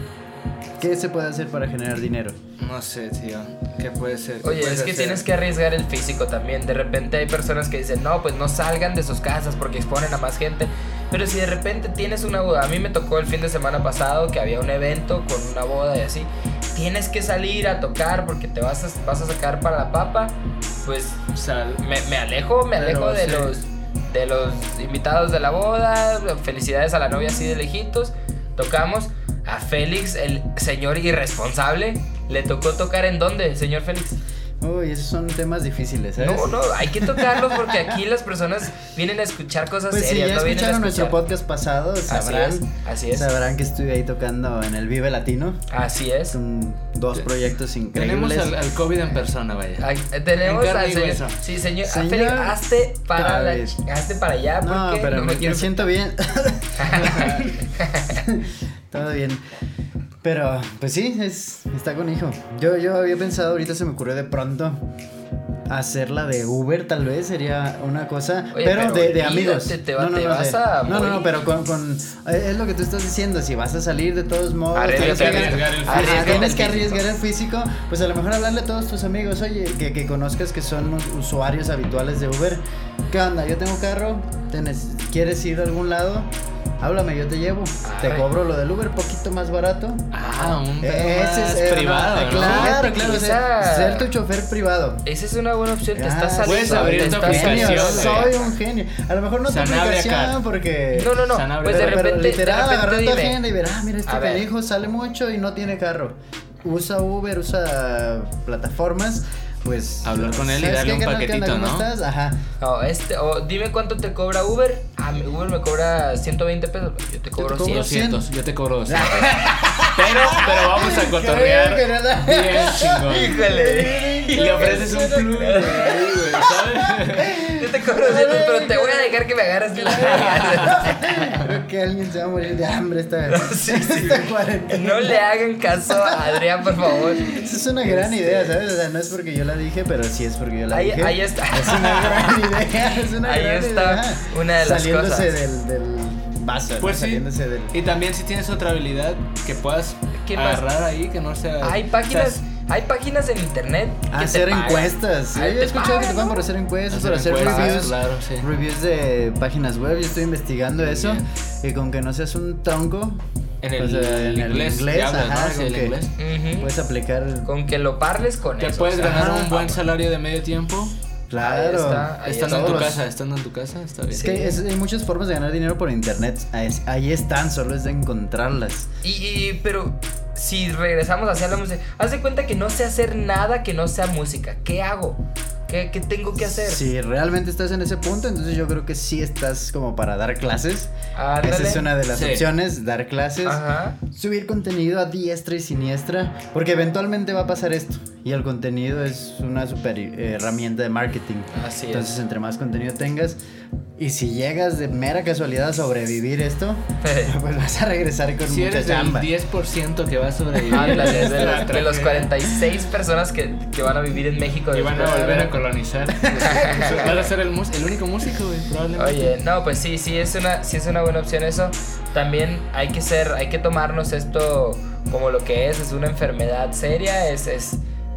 Speaker 4: ¿Qué se puede hacer para generar dinero?
Speaker 3: No sé, tío. ¿Qué puede ser? ¿Qué
Speaker 1: Oye, es
Speaker 3: puedes
Speaker 1: que
Speaker 3: hacer?
Speaker 1: tienes que arriesgar el físico también. De repente hay personas que dicen, no, pues no salgan de sus casas porque exponen a más gente. Pero si de repente tienes una boda, a mí me tocó el fin de semana pasado que había un evento con una boda y así, tienes que salir a tocar porque te vas a, vas a sacar para la papa, pues
Speaker 3: Sal-
Speaker 1: me, me alejo, me alejo
Speaker 3: Pero,
Speaker 1: de
Speaker 3: sí.
Speaker 1: los de los invitados de la boda. Felicidades a la novia así de lejitos. Tocamos a Félix, el señor irresponsable. Le tocó tocar en dónde, señor Félix.
Speaker 4: Uy, esos son temas difíciles, ¿sabes?
Speaker 1: No, no, hay que tocarlo porque aquí las personas vienen a escuchar cosas
Speaker 4: Pues si
Speaker 1: serias.
Speaker 4: ya
Speaker 1: no vienen a
Speaker 4: escucharon nuestro
Speaker 1: escuchar-
Speaker 4: podcast pasado, sabrán,
Speaker 1: Así es, así es.
Speaker 4: sabrán que estuve ahí tocando en el Vive Latino.
Speaker 1: Así es.
Speaker 4: Son dos proyectos
Speaker 3: Tenemos
Speaker 4: increíbles.
Speaker 3: al, al COVID en persona, vaya.
Speaker 1: Ay, tenemos
Speaker 3: En carne
Speaker 1: al
Speaker 3: y
Speaker 1: señor.
Speaker 3: hueso.
Speaker 1: Sí, señor. a
Speaker 4: Señor
Speaker 1: Félix, hazte para, la-
Speaker 4: Chávez.
Speaker 1: hazte para allá. Porque
Speaker 4: No, pero
Speaker 1: no
Speaker 4: me,
Speaker 1: me
Speaker 4: me
Speaker 1: quiero.
Speaker 4: siento bien. <laughs>
Speaker 1: <laughs>
Speaker 4: Todo bien. Pero, pues sí, es, está con hijo. Yo, yo había pensado, ahorita se me ocurrió de pronto hacerla de Uber, tal vez sería una cosa.
Speaker 1: Oye,
Speaker 4: pero,
Speaker 1: pero
Speaker 4: de,
Speaker 1: olvídate,
Speaker 4: de amigos.
Speaker 1: te va- te vas
Speaker 4: de-
Speaker 1: a
Speaker 4: no, no, no,
Speaker 1: morir.
Speaker 4: pero con, con- eh, Es lo que tú estás diciendo. Si vas a salir de todos modos.
Speaker 1: Arriesgate,
Speaker 4: tienes que-
Speaker 3: arriesgar el
Speaker 4: Ajá,
Speaker 1: físico.
Speaker 4: Tienes
Speaker 1: Arriesgate
Speaker 4: que
Speaker 1: el
Speaker 4: arriesgar el físico. Pues a lo mejor hablarle a todos tus amigos, oye, que, que conozcas que son los usuarios habituales de Uber. ¿Qué onda? Yo tengo carro. te neces- ¿Quieres ir a algún lado? Háblame, yo te llevo. Te
Speaker 1: Arre.
Speaker 4: cobro lo del Uber, poquito más barato.
Speaker 3: Ah, un pedo
Speaker 4: Ese
Speaker 3: más
Speaker 4: es eh,
Speaker 3: privado,
Speaker 4: no,
Speaker 3: ¿no?
Speaker 4: Claro,
Speaker 1: Fíjate
Speaker 4: claro.
Speaker 1: que
Speaker 4: o sea,
Speaker 1: esa-
Speaker 4: ser tu chofer privado.
Speaker 1: Esa es una buena opción. Te estás
Speaker 4: Ah,
Speaker 1: saliendo.
Speaker 3: Puedes abrir
Speaker 1: te
Speaker 3: tu
Speaker 1: estás-
Speaker 4: genio,
Speaker 3: aplicación,
Speaker 4: soy
Speaker 3: güey.
Speaker 4: un genio. A lo mejor no tu
Speaker 3: Sanabria
Speaker 4: aplicación
Speaker 3: Card.
Speaker 4: porque. <laughs>
Speaker 1: No, no, no.
Speaker 3: Sanabria.
Speaker 1: Pues de
Speaker 4: pero, pero
Speaker 1: repente,
Speaker 4: literal,
Speaker 1: de
Speaker 4: agarrar
Speaker 1: repente
Speaker 4: tu
Speaker 1: dime,
Speaker 4: agenda y ver, ah, mira,
Speaker 1: A
Speaker 4: este
Speaker 1: ver.
Speaker 4: pendejo sale mucho y no tiene carro. Usa Uber, usa plataformas, pues.
Speaker 3: Hablar con él y
Speaker 4: ¿sabes
Speaker 3: darle
Speaker 4: qué,
Speaker 3: un
Speaker 4: carnal? ¿Qué onda?
Speaker 3: paquetito,
Speaker 4: ¿Cómo
Speaker 3: ¿no?
Speaker 4: estás? Ajá.
Speaker 1: no, este, o dime cuánto te cobra Uber. Ah, mi Uber me cobra 120 pesos. Yo te cobro
Speaker 4: cobro
Speaker 1: 100.
Speaker 3: 200, yo te cobro 200. pero, pero vamos a
Speaker 4: Creo que
Speaker 3: cotorrear.
Speaker 4: nada.
Speaker 3: <laughs> Bien chingón.
Speaker 1: <laughs> Híjole.
Speaker 3: Y le ofreces un plus, güey, güey, ¿sabes?
Speaker 1: Yo te cobro 100, pero te voy a dejar que me agarres la
Speaker 4: Creo que alguien se va a morir de hambre esta
Speaker 3: <laughs>
Speaker 1: Sí, sí.
Speaker 4: esta cuarentena.
Speaker 1: No le hagan caso a Adrián, por favor.
Speaker 4: Esa es una gran
Speaker 3: Este.
Speaker 4: idea, ¿sabes? O sea, no es porque yo la dije, pero sí es porque yo la
Speaker 1: Ahí,
Speaker 4: dije.
Speaker 1: ahí está.
Speaker 4: Es una
Speaker 1: <laughs>
Speaker 4: gran idea, es una
Speaker 1: Ahí
Speaker 4: gran
Speaker 1: está
Speaker 4: idea.
Speaker 1: una de las
Speaker 4: saliéndose
Speaker 1: cosas.
Speaker 4: Del, del vaso, ¿no?
Speaker 3: Pues sí.
Speaker 4: saliéndose del...
Speaker 3: Y también si tienes otra habilidad que puedas
Speaker 1: ¿Qué más?
Speaker 3: agarrar ahí, que no sea.
Speaker 1: Hay páginas,
Speaker 3: o
Speaker 1: hay páginas en internet. que te
Speaker 4: Ah, hacer
Speaker 1: pagan.
Speaker 4: encuestas. Sí,
Speaker 1: Ahí
Speaker 4: yo
Speaker 1: te
Speaker 4: he escuchado que
Speaker 1: pagan,
Speaker 4: te pagan por
Speaker 1: ¿no?
Speaker 4: hacer encuestas,
Speaker 3: Hacer
Speaker 4: por hacer
Speaker 3: encuestas,
Speaker 4: reviews.
Speaker 3: claro, sí.
Speaker 4: Reviews de páginas web. Yo estoy investigando eso.
Speaker 3: bien.
Speaker 4: Y con que no seas un tronco.
Speaker 3: En el,
Speaker 4: o sea,
Speaker 3: el
Speaker 4: en el
Speaker 3: inglés.
Speaker 4: inglés,
Speaker 3: ya hablas,
Speaker 4: ajá,
Speaker 3: ¿no? Sí,
Speaker 4: con
Speaker 3: el
Speaker 4: que-
Speaker 3: inglés.
Speaker 1: Ujú.
Speaker 4: Puedes aplicar.
Speaker 1: Con que lo parles con
Speaker 3: Te
Speaker 1: eso.
Speaker 3: puedes
Speaker 1: o sea,
Speaker 3: ganar
Speaker 4: ajá.
Speaker 3: un buen salario de medio tiempo.
Speaker 1: Ahí
Speaker 4: Claro.
Speaker 1: está, ahí está.
Speaker 3: Estando en tu
Speaker 4: Todos los-
Speaker 3: casa, estando en tu casa, está bien.
Speaker 4: Es que es- hay muchas formas de ganar dinero por internet. Ahí es- Ahí están, solo es de encontrarlas.
Speaker 1: Y, y- pero si regresamos hacia la música, haz de cuenta que no sé hacer nada que no sea música. ¿Qué hago? ¿Qué, qué tengo que hacer?
Speaker 4: Si realmente estás en ese punto, entonces yo creo que sí estás como para dar clases.
Speaker 1: Ándale.
Speaker 4: Esa es una de las
Speaker 3: Sí.
Speaker 4: opciones, dar clases.
Speaker 1: Ajá.
Speaker 4: Subir contenido a diestra y siniestra, porque eventualmente va a pasar esto. Y el contenido es una super eh, herramienta de marketing.
Speaker 1: Así
Speaker 4: Entonces, entre más contenido tengas, y si llegas de mera casualidad a sobrevivir esto, <laughs>
Speaker 1: es.
Speaker 4: pues vas a regresar con
Speaker 3: Si
Speaker 4: mucha
Speaker 3: eres del
Speaker 4: chamba.
Speaker 3: 10% que va a
Speaker 1: <laughs>
Speaker 3: sobrevivir.
Speaker 1: Ándale, Ah, de,
Speaker 3: la
Speaker 1: los, de los
Speaker 3: tragedia.
Speaker 1: 46 personas que, que van a vivir en México.
Speaker 3: Y van a
Speaker 1: después de-
Speaker 3: volver a colonizar. <laughs>
Speaker 1: <laughs>
Speaker 3: Vas a ser el, mus- el único músico, güey, probablemente.
Speaker 1: Oye, no, pues sí, sí es una, sí es una buena opción eso. También hay que ser, hay que tomarnos esto como lo que es, es una enfermedad seria, es, es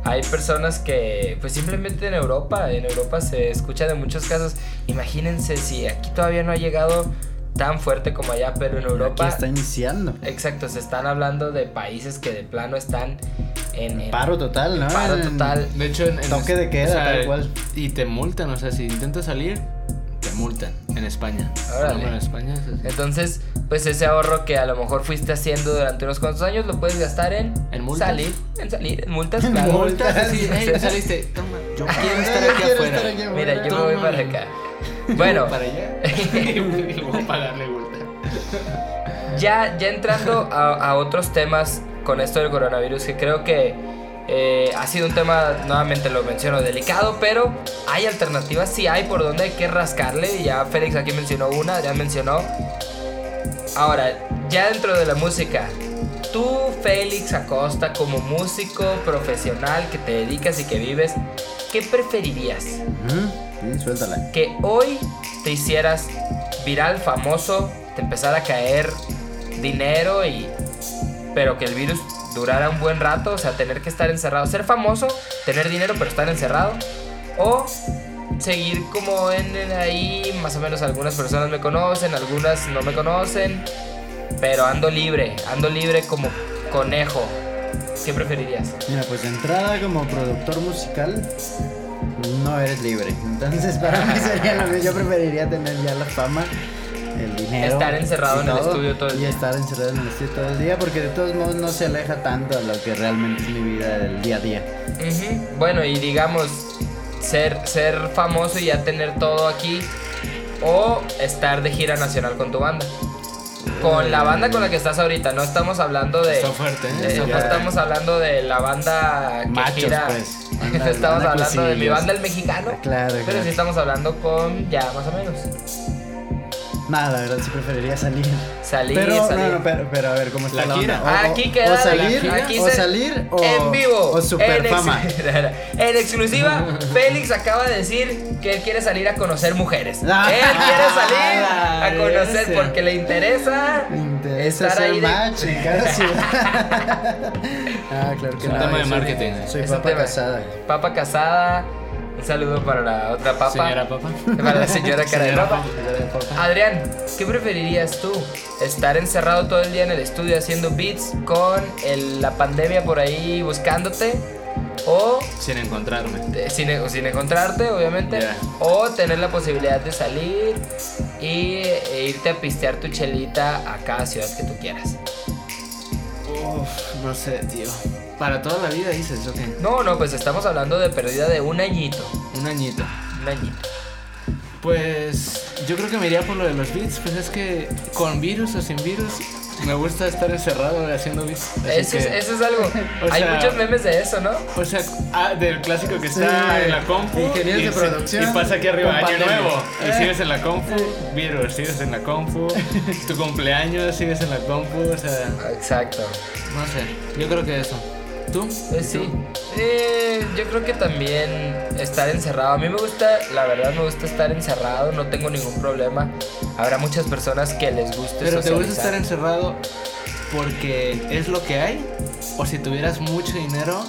Speaker 1: hay personas que, pues simplemente en Europa, en Europa se escucha de muchos casos. Imagínense si aquí todavía no ha llegado tan fuerte como allá, pero en Europa, eh,
Speaker 4: Aquí está iniciando.
Speaker 1: exacto, se están hablando de países que de plano están en, en-
Speaker 4: Paro total, ¿no?
Speaker 1: Paro
Speaker 4: En-
Speaker 1: total.
Speaker 3: De hecho, en, en-
Speaker 4: Toque de queda,
Speaker 3: o sea,
Speaker 4: tal cual.
Speaker 3: Y te multan, o sea, si intentas salir, te multan en España.
Speaker 1: Órale.
Speaker 3: Bueno, en España es así.
Speaker 1: Entonces, pues ese ahorro que a lo mejor fuiste haciendo durante unos cuantos años lo puedes gastar en,
Speaker 3: En multas.
Speaker 1: salir, en salir, en multas,
Speaker 4: En
Speaker 1: claro.
Speaker 4: multas,
Speaker 3: Sí,
Speaker 1: O sea,
Speaker 3: hey,
Speaker 4: <laughs>
Speaker 3: saliste, toma, yo quiero
Speaker 4: Yo
Speaker 3: estar
Speaker 4: quiero
Speaker 3: aquí
Speaker 4: estar
Speaker 3: afuera.
Speaker 4: aquí afuera.
Speaker 1: Mira, yo
Speaker 3: Toma.
Speaker 1: me voy para
Speaker 3: <laughs>
Speaker 1: acá. Bueno,
Speaker 3: Para allá. <laughs> y voy a pagarle multa.
Speaker 1: ya, ya entrando a, a otros temas con esto del coronavirus, que creo que eh, ha sido un tema, nuevamente lo menciono, delicado, pero hay alternativas, sí hay por donde hay que rascarle. Ya Félix aquí mencionó una, ya mencionó. Ahora, ya dentro de la música, tú, Félix Acosta, como músico profesional que te dedicas y que vives, ¿qué preferirías?
Speaker 4: Ujú, Sí, suéltala.
Speaker 1: que hoy te hicieras viral, famoso, te empezara a caer dinero y pero que el virus durara un buen rato, o sea, tener que estar encerrado, ser famoso, tener dinero pero estar encerrado o seguir como en, en ahí, más o menos algunas personas me conocen, algunas no me conocen, pero ando libre, ando libre como conejo. ¿Qué preferirías?
Speaker 4: Mira, pues de entrada como productor musical, no eres libre. Entonces, para mí sería lo mismo. Yo preferiría tener ya la fama, el dinero.
Speaker 1: Estar encerrado
Speaker 4: y
Speaker 1: en el estudio todo el
Speaker 4: y
Speaker 1: día.
Speaker 4: estar encerrado en el estudio todo el día, porque de todos modos no se aleja tanto a lo que realmente es mi vida del día a día.
Speaker 1: Ujú. Bueno, y digamos, ser, ser famoso y ya tener todo aquí. O estar de gira nacional con tu banda. Con la banda con la que estás ahorita. No estamos hablando de.
Speaker 3: Está fuerte, ¿eh?
Speaker 1: de-
Speaker 3: Está
Speaker 1: no
Speaker 4: fuerte.
Speaker 1: estamos hablando de la banda que
Speaker 4: Machos,
Speaker 1: gira. <laughs>
Speaker 4: pues. Banda-
Speaker 1: estamos
Speaker 4: banda
Speaker 1: hablando de mi
Speaker 4: Cuisillos.
Speaker 1: banda el mexicano.
Speaker 4: Claro,
Speaker 1: Pero
Speaker 4: claro.
Speaker 1: sí estamos hablando con ya más o menos.
Speaker 4: Nada, la verdad sí preferiría salir.
Speaker 1: Salir,
Speaker 4: pero, no,
Speaker 1: salir.
Speaker 4: no, pero, pero a ver cómo está
Speaker 3: La
Speaker 4: la, onda.
Speaker 3: gira.
Speaker 4: O- o-
Speaker 1: aquí queda
Speaker 4: o
Speaker 1: la
Speaker 4: salir,
Speaker 1: gira, aquí
Speaker 4: o
Speaker 1: se-
Speaker 4: salir o
Speaker 1: en vivo.
Speaker 4: o super
Speaker 1: en ex- <laughs>
Speaker 4: fama.
Speaker 1: en exclusiva,
Speaker 4: <laughs>
Speaker 1: Félix acaba de decir que él quiere salir a conocer mujeres. él quiere
Speaker 4: Ah,
Speaker 1: salir
Speaker 3: la
Speaker 1: a conocer
Speaker 3: bestia.
Speaker 1: porque le interesa.
Speaker 4: Me interesa
Speaker 1: Estar
Speaker 4: ser
Speaker 1: ahí de-
Speaker 4: match
Speaker 1: <laughs>
Speaker 4: en cada ciudad. ah, claro que
Speaker 3: Es un
Speaker 4: no.
Speaker 3: tema de
Speaker 4: yo soy-
Speaker 3: marketing.
Speaker 4: Soy
Speaker 1: Es un
Speaker 4: papa
Speaker 1: tema.
Speaker 4: casada.
Speaker 1: Papa casada. Un saludo para la otra papa.
Speaker 3: Señora Papa.
Speaker 1: Para la señora cara de
Speaker 3: Señora
Speaker 1: papa.
Speaker 3: Papa.
Speaker 1: Adrián, ¿qué preferirías tú? ¿Estar encerrado todo el día en el estudio haciendo beats con el- la pandemia por ahí buscándote? ¿O
Speaker 3: Sin encontrarme.
Speaker 1: te- eh, sin, o sin encontrarte, obviamente,
Speaker 3: Ya.
Speaker 1: o tener la posibilidad de salir y, e irte a pistear tu chelita a cada ciudad que tú quieras.
Speaker 3: Uf, no sé, tío. Para toda la vida dices, ok.
Speaker 1: No, no, pues estamos hablando de pérdida de un añito.
Speaker 3: Un añito.
Speaker 1: Un añito.
Speaker 3: Pues yo creo que me iría por lo de los beats, pues es que con virus o sin virus me gusta estar encerrado haciendo beats. así
Speaker 1: Eso, es,
Speaker 3: que-
Speaker 1: eso es algo.
Speaker 3: <laughs> O
Speaker 1: Hay
Speaker 3: sea-
Speaker 1: muchos memes de eso, ¿no?
Speaker 3: O sea, ah, del clásico que
Speaker 4: Sí.
Speaker 3: está en la compu.
Speaker 4: Ingenieros
Speaker 3: y
Speaker 4: de
Speaker 3: se-
Speaker 4: producción
Speaker 3: Y pasa aquí arriba,
Speaker 4: con
Speaker 3: año
Speaker 4: pandemia.
Speaker 3: nuevo. Y
Speaker 4: Eh.
Speaker 3: sigues en la compu, virus, sigues en la compu. tu cumpleaños, sigues en la compu. O sea,
Speaker 1: Exacto.
Speaker 3: no sé. Yo creo que eso. ¿Tú?
Speaker 1: Pues sí. Eh, yo creo que también estar encerrado. A mí me gusta, la verdad, me gusta estar encerrado. No tengo ningún problema. Habrá muchas personas que les guste
Speaker 3: Pero te gusta
Speaker 1: socializar.
Speaker 3: estar encerrado porque es lo que hay. O si tuvieras mucho dinero,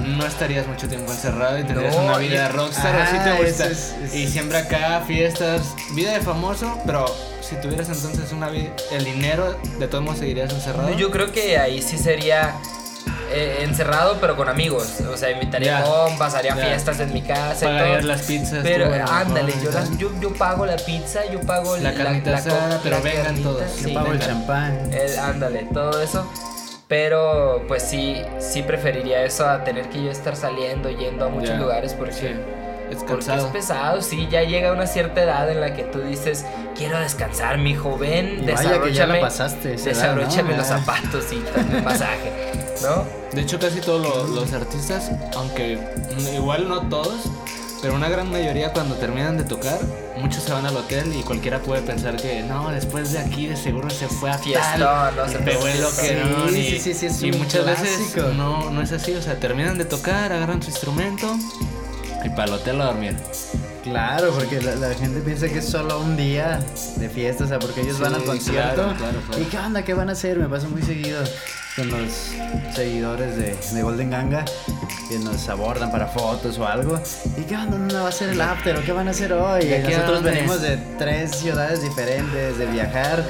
Speaker 3: no estarías mucho tiempo encerrado y tendrías
Speaker 1: No,
Speaker 3: una vida
Speaker 1: y-
Speaker 3: rockstar.
Speaker 4: Ah,
Speaker 3: así te gusta.
Speaker 4: eso es- es-
Speaker 3: Y siempre acá, fiestas, vida de famoso. Pero si tuvieras entonces una vida, el dinero, de todos modos seguirías encerrado.
Speaker 1: Yo creo que ahí sí sería eh, encerrado, pero con amigos. O sea, invitaría
Speaker 3: Ya.
Speaker 1: compas, haría
Speaker 3: Ya.
Speaker 1: fiestas en mi casa. y
Speaker 3: Pagar
Speaker 1: todo.
Speaker 3: las pizzas.
Speaker 1: Pero
Speaker 3: tú, bueno,
Speaker 1: ándale,
Speaker 3: no,
Speaker 1: yo,
Speaker 3: no.
Speaker 1: las- yo, yo pago la pizza, yo pago
Speaker 3: La carnita
Speaker 1: co-
Speaker 3: asada, pero
Speaker 1: la
Speaker 3: vengan
Speaker 1: carnita,
Speaker 3: todos.
Speaker 1: sí.
Speaker 4: Yo pago el
Speaker 3: venga.
Speaker 4: champán.
Speaker 1: El- ándale, todo eso. Pero pues sí, sí preferiría eso a tener que yo estar saliendo, yendo a muchos
Speaker 3: Ya.
Speaker 1: lugares porque,
Speaker 3: Sí, es
Speaker 1: porque es
Speaker 3: cansado.
Speaker 1: pesado. Sí, ya llega una cierta edad en la que tú dices, quiero descansar, mi joven,
Speaker 4: Y vaya que ya la
Speaker 1: desabróchame,
Speaker 4: pasaste. esa edad, ¿no? Ah,
Speaker 1: desabróchame los
Speaker 4: Ya.
Speaker 1: zapatos y dame un masaje, ¿no?
Speaker 3: De hecho, casi todos lo- los artistas, aunque mm, igual no todos, pero una gran mayoría cuando terminan de tocar, muchos se van al hotel y cualquiera puede pensar que no, después de aquí de seguro se fue a fiesta.
Speaker 1: Fiestón, no sé.
Speaker 3: Pegó el loquerón
Speaker 4: Sí,
Speaker 3: y,
Speaker 4: sí, sí, sí, es
Speaker 3: y
Speaker 4: un
Speaker 3: muchas
Speaker 4: clásico.
Speaker 3: veces no, no es así, o sea, terminan de tocar, agarran su instrumento y para el hotel a dormir.
Speaker 4: Claro, porque la, la gente piensa que es solo un día de fiesta, o sea, porque ellos
Speaker 3: Sí,
Speaker 4: van al concierto.
Speaker 3: claro, claro, claro.
Speaker 4: ¿Y qué onda? ¿Qué van a hacer? Me pasa muy seguido con los seguidores de, de Golden Ganga que nos abordan para fotos o algo. ¿Y qué onda? ¿No va a ser el after? ¿O qué van a hacer hoy?
Speaker 3: ¿De
Speaker 4: Y
Speaker 3: qué
Speaker 4: nosotros
Speaker 3: dónde?
Speaker 4: venimos de tres ciudades diferentes, de viajar.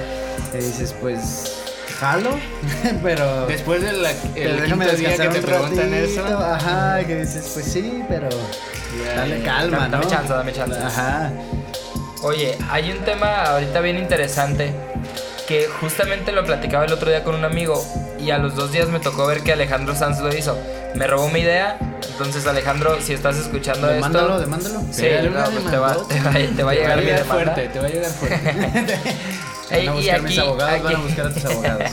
Speaker 4: Y dices, pues, jalo, <laughs> pero...
Speaker 3: Después del
Speaker 4: pero
Speaker 3: el quinto día que te
Speaker 4: un
Speaker 3: preguntan
Speaker 4: ratito.
Speaker 3: eso,
Speaker 4: Ajá, que dices, pues sí, pero...
Speaker 3: ya,
Speaker 4: Dale
Speaker 3: ya,
Speaker 4: calma,
Speaker 1: Dame
Speaker 4: ¿no?
Speaker 1: chance, dame chance.
Speaker 4: Ajá.
Speaker 1: Oye, hay un tema ahorita bien interesante que justamente lo platicaba el otro día con un amigo y a los dos días me tocó ver que Alejandro Sanz lo hizo. Me robó mi idea, entonces Alejandro, si estás escuchando
Speaker 4: Demándalo,
Speaker 1: esto,
Speaker 4: demándalo.
Speaker 1: sí,
Speaker 3: Pégale
Speaker 1: no,
Speaker 3: una
Speaker 1: pues te va,
Speaker 3: demandota.
Speaker 1: te va- te va a
Speaker 3: Te va a
Speaker 1: llegar mi
Speaker 3: llegar
Speaker 1: demanda.
Speaker 3: fuerte, te va a llegar fuerte.
Speaker 1: Ey,
Speaker 4: van a
Speaker 1: y
Speaker 4: buscar mis
Speaker 1: aquí-
Speaker 4: abogados, van a
Speaker 1: aquí-
Speaker 4: buscar a
Speaker 1: <laughs>
Speaker 4: tus abogados.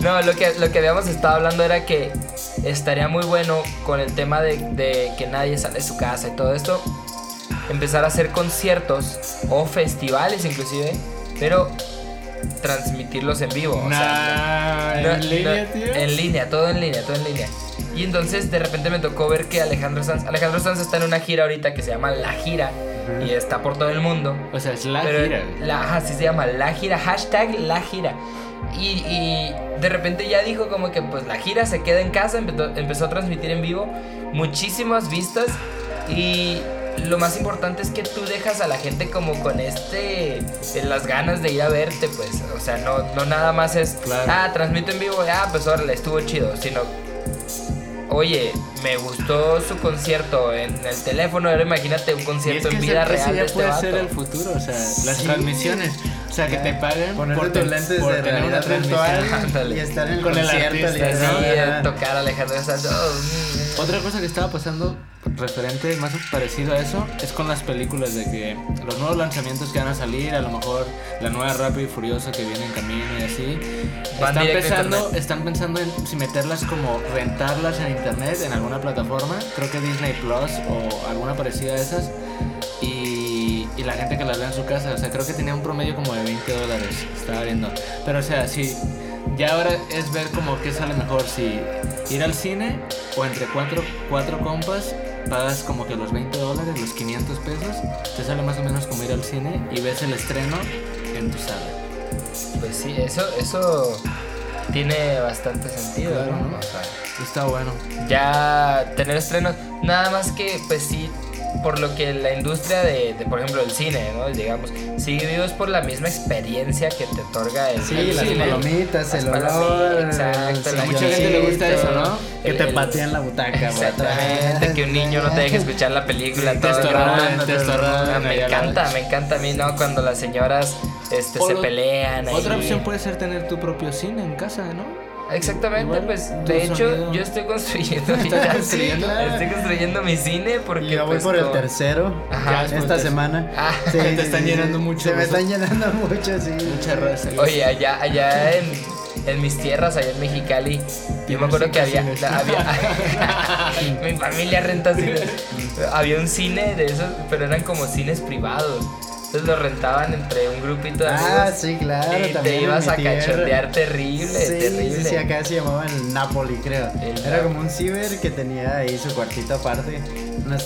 Speaker 1: No, lo que, lo que habíamos estado hablando era que estaría muy bueno con el tema de, de que nadie sale de su casa y todo esto, empezar a hacer conciertos o festivales inclusive, pero transmitirlos en vivo. o sea,
Speaker 3: Nah,
Speaker 1: no-
Speaker 3: en línea,
Speaker 1: no-
Speaker 3: tío.
Speaker 1: En línea, todo en línea, todo en línea. Y entonces de repente me tocó ver que Alejandro Sanz, Alejandro Sanz está en una gira ahorita que se llama La Gira y está por todo el mundo.
Speaker 3: O sea, es la
Speaker 1: Pero
Speaker 3: gira.
Speaker 1: la- ajá, así se llama, la gira, hashtag la gira. Y, y de repente ya dijo como que pues la gira se queda en casa, empezó, empezó a transmitir en vivo, muchísimas vistas y lo más importante es que tú dejas a la gente como con este, en las ganas de ir a verte, pues, o sea, no, no nada más es,
Speaker 3: Claro.
Speaker 1: ah, transmito en vivo, ah, pues órale, estuvo chido, sino Oye, me gustó su concierto en el teléfono. Ahora imagínate un
Speaker 3: Y es
Speaker 1: concierto
Speaker 3: que
Speaker 1: en
Speaker 3: ese-
Speaker 1: vida
Speaker 3: ese
Speaker 1: real
Speaker 3: ya
Speaker 1: de este
Speaker 3: puede
Speaker 1: vato.
Speaker 3: ser el futuro, o sea, las
Speaker 4: Sí.
Speaker 3: transmisiones. O sea, que te paguen
Speaker 4: Ponerte
Speaker 3: por,
Speaker 4: tus
Speaker 3: ten-
Speaker 4: lentes
Speaker 3: por
Speaker 4: de
Speaker 3: tener una
Speaker 4: realidad
Speaker 3: transmisión.
Speaker 4: virtual
Speaker 1: Ándale.
Speaker 4: <laughs> y estar en el
Speaker 3: Con el
Speaker 4: concierto.
Speaker 3: artista,
Speaker 4: literal,
Speaker 1: Sí,
Speaker 4: ajá.
Speaker 1: eh, tocar a Alejandro Sanz. Oh, mm,
Speaker 3: Otra cosa que estaba pasando referente más parecido a eso es con las películas de que los nuevos lanzamientos que van a salir, a lo mejor la nueva Rápido y Furiosa que viene en camino y así,
Speaker 1: Van
Speaker 3: están
Speaker 1: directo a
Speaker 3: pensando,
Speaker 1: internet.
Speaker 3: están pensando en si meterlas como rentarlas en internet en alguna plataforma, creo que Disney Plus o alguna parecida a esas. Y, y la gente que las vea en su casa, o sea, creo que tenía un promedio como de 20 dólares, estaba viendo. Pero o sea, sí, ya ahora es ver como qué sale mejor, si ir al cine o entre cuatro, cuatro compas pagas como que los 20 dólares, los 500 pesos, te sale más o menos como ir al cine y ves el estreno en tu sala.
Speaker 1: Pues sí, eso, eso tiene bastante sentido,
Speaker 3: Claro,
Speaker 1: ¿no?
Speaker 3: ¿no?
Speaker 1: O sea,
Speaker 3: Está bueno.
Speaker 1: ya tener estrenos, nada más que, pues sí, por lo que la industria de, de, por ejemplo, el cine, ¿no? Digamos, sigue vivo es por la misma experiencia que te otorga el
Speaker 4: Sí,
Speaker 1: el
Speaker 4: las
Speaker 1: cine. Las
Speaker 4: palomitas, el olor.
Speaker 1: palomitas,
Speaker 4: el
Speaker 1: exacto, la
Speaker 4: silloncito,
Speaker 3: Mucha gente le gusta eso, ¿no?
Speaker 4: Que
Speaker 1: El-
Speaker 4: te
Speaker 1: el-
Speaker 4: patean la butaca, güey,
Speaker 1: Exactamente,
Speaker 4: atrás.
Speaker 1: que un niño no te
Speaker 3: <laughs>
Speaker 1: deje escuchar la película
Speaker 3: Sí,
Speaker 1: todo el
Speaker 3: te
Speaker 1: rato.
Speaker 3: estorban, te estorban,
Speaker 1: Ah, Me
Speaker 3: allá la-
Speaker 1: encanta, me encanta a mí, ¿no? Cuando las señoras este, se
Speaker 3: Otra-
Speaker 1: pelean. ahí.
Speaker 3: Otra opción puede ser tener tu propio cine en casa, ¿no?
Speaker 1: Exactamente,
Speaker 3: Igual,
Speaker 1: pues
Speaker 3: tu
Speaker 1: de hecho
Speaker 3: sonido.
Speaker 1: yo estoy construyendo
Speaker 4: <laughs>
Speaker 3: Estás
Speaker 1: ahorita- <laughs>
Speaker 3: construyendo.
Speaker 4: claro.
Speaker 1: Estoy construyendo mi cine porque
Speaker 4: Y yo voy
Speaker 1: pues,
Speaker 4: por el
Speaker 1: con-
Speaker 4: tercero
Speaker 1: Ajá.
Speaker 3: Ya,
Speaker 4: esta semana.
Speaker 1: <laughs> Ah,
Speaker 4: Sí,
Speaker 3: te
Speaker 4: sí,
Speaker 3: están
Speaker 4: sí,
Speaker 3: llenando
Speaker 4: sí.
Speaker 3: mucho,
Speaker 4: Se me
Speaker 1: pues,
Speaker 3: vosotros.
Speaker 4: están llenando <laughs> mucho, sí.
Speaker 3: Mucha raza.
Speaker 1: Oye, allá, allá en, en mis tierras, allá en Mexicali, yo me acuerdo que había,
Speaker 3: Cines.
Speaker 1: la- había- <laughs> mi familia renta cines. Había un cine de esos, pero eran como cines privados. Entonces lo rentaban entre un grupito de amigos.
Speaker 4: Ah, sí, claro.
Speaker 1: y
Speaker 4: también
Speaker 1: te
Speaker 4: en
Speaker 1: ibas
Speaker 4: mi
Speaker 1: a
Speaker 4: tierra.
Speaker 1: cachondear terrible,
Speaker 4: sí,
Speaker 1: terrible.
Speaker 4: Sí, sí, acá se llamaba el Napoli, creo.
Speaker 1: El
Speaker 4: Era
Speaker 1: Napoli.
Speaker 4: como un ciber que tenía ahí su cuartito aparte, unas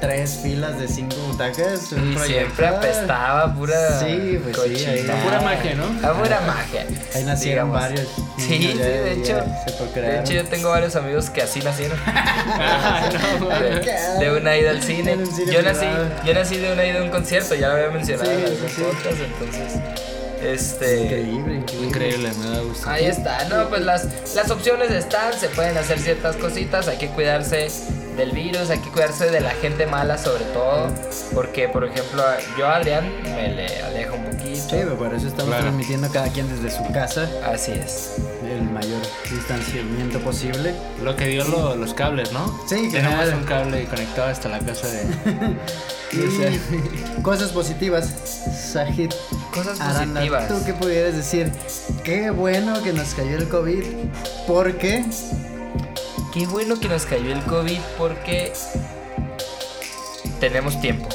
Speaker 4: tres filas de cinco butacas. un
Speaker 1: y siempre
Speaker 4: proyector.
Speaker 1: apestaba pura
Speaker 4: Sí, pues sí, ahí-
Speaker 1: cochinada.
Speaker 3: Pura magia, ¿no?
Speaker 1: A pura magia.
Speaker 4: Ahí nacieron
Speaker 1: digamos.
Speaker 4: varios.
Speaker 1: Sí,
Speaker 4: niños,
Speaker 1: sí,
Speaker 4: ya-
Speaker 1: de
Speaker 4: ya
Speaker 1: hecho.
Speaker 4: se
Speaker 1: De
Speaker 4: procrearon.
Speaker 1: hecho, yo tengo varios amigos que así nacieron.
Speaker 3: <laughs> Ah, no,
Speaker 1: de,
Speaker 3: mames.
Speaker 1: de una ida al cine.
Speaker 4: En un cine
Speaker 1: Yo nací,
Speaker 4: privado.
Speaker 1: yo nací de una ida a un concierto, ya lo había mencionado
Speaker 4: Sí,
Speaker 1: en
Speaker 4: sí,
Speaker 1: algún
Speaker 4: sí.
Speaker 1: podcast, entonces. Este.
Speaker 4: Increíble, increíble.
Speaker 3: Increíble, me da gusto.
Speaker 1: Ahí está, no, pues las, las opciones están, se pueden hacer ciertas cositas, hay que cuidarse del virus, hay que cuidarse de la gente mala sobre todo, porque por ejemplo yo a Adrián me le alejo un
Speaker 4: Sí,
Speaker 1: poquito.
Speaker 4: pero por eso estamos
Speaker 3: Claro.
Speaker 4: transmitiendo cada quien desde su casa
Speaker 1: Así es.
Speaker 4: el mayor distanciamiento posible.
Speaker 3: Lo que dio lo- los cables, ¿no?
Speaker 4: Sí,
Speaker 3: Tenemos
Speaker 4: claro.
Speaker 3: un cable conectado hasta la casa <laughs> de.
Speaker 4: <laughs> Y cosas positivas, Sajid.
Speaker 1: Cosas
Speaker 4: Aranda,
Speaker 1: positivas.
Speaker 4: ¿tú qué pudieras decir? Qué bueno que nos cayó el COVID porque
Speaker 1: Qué bueno que nos cayó el COVID porque tenemos tiempo.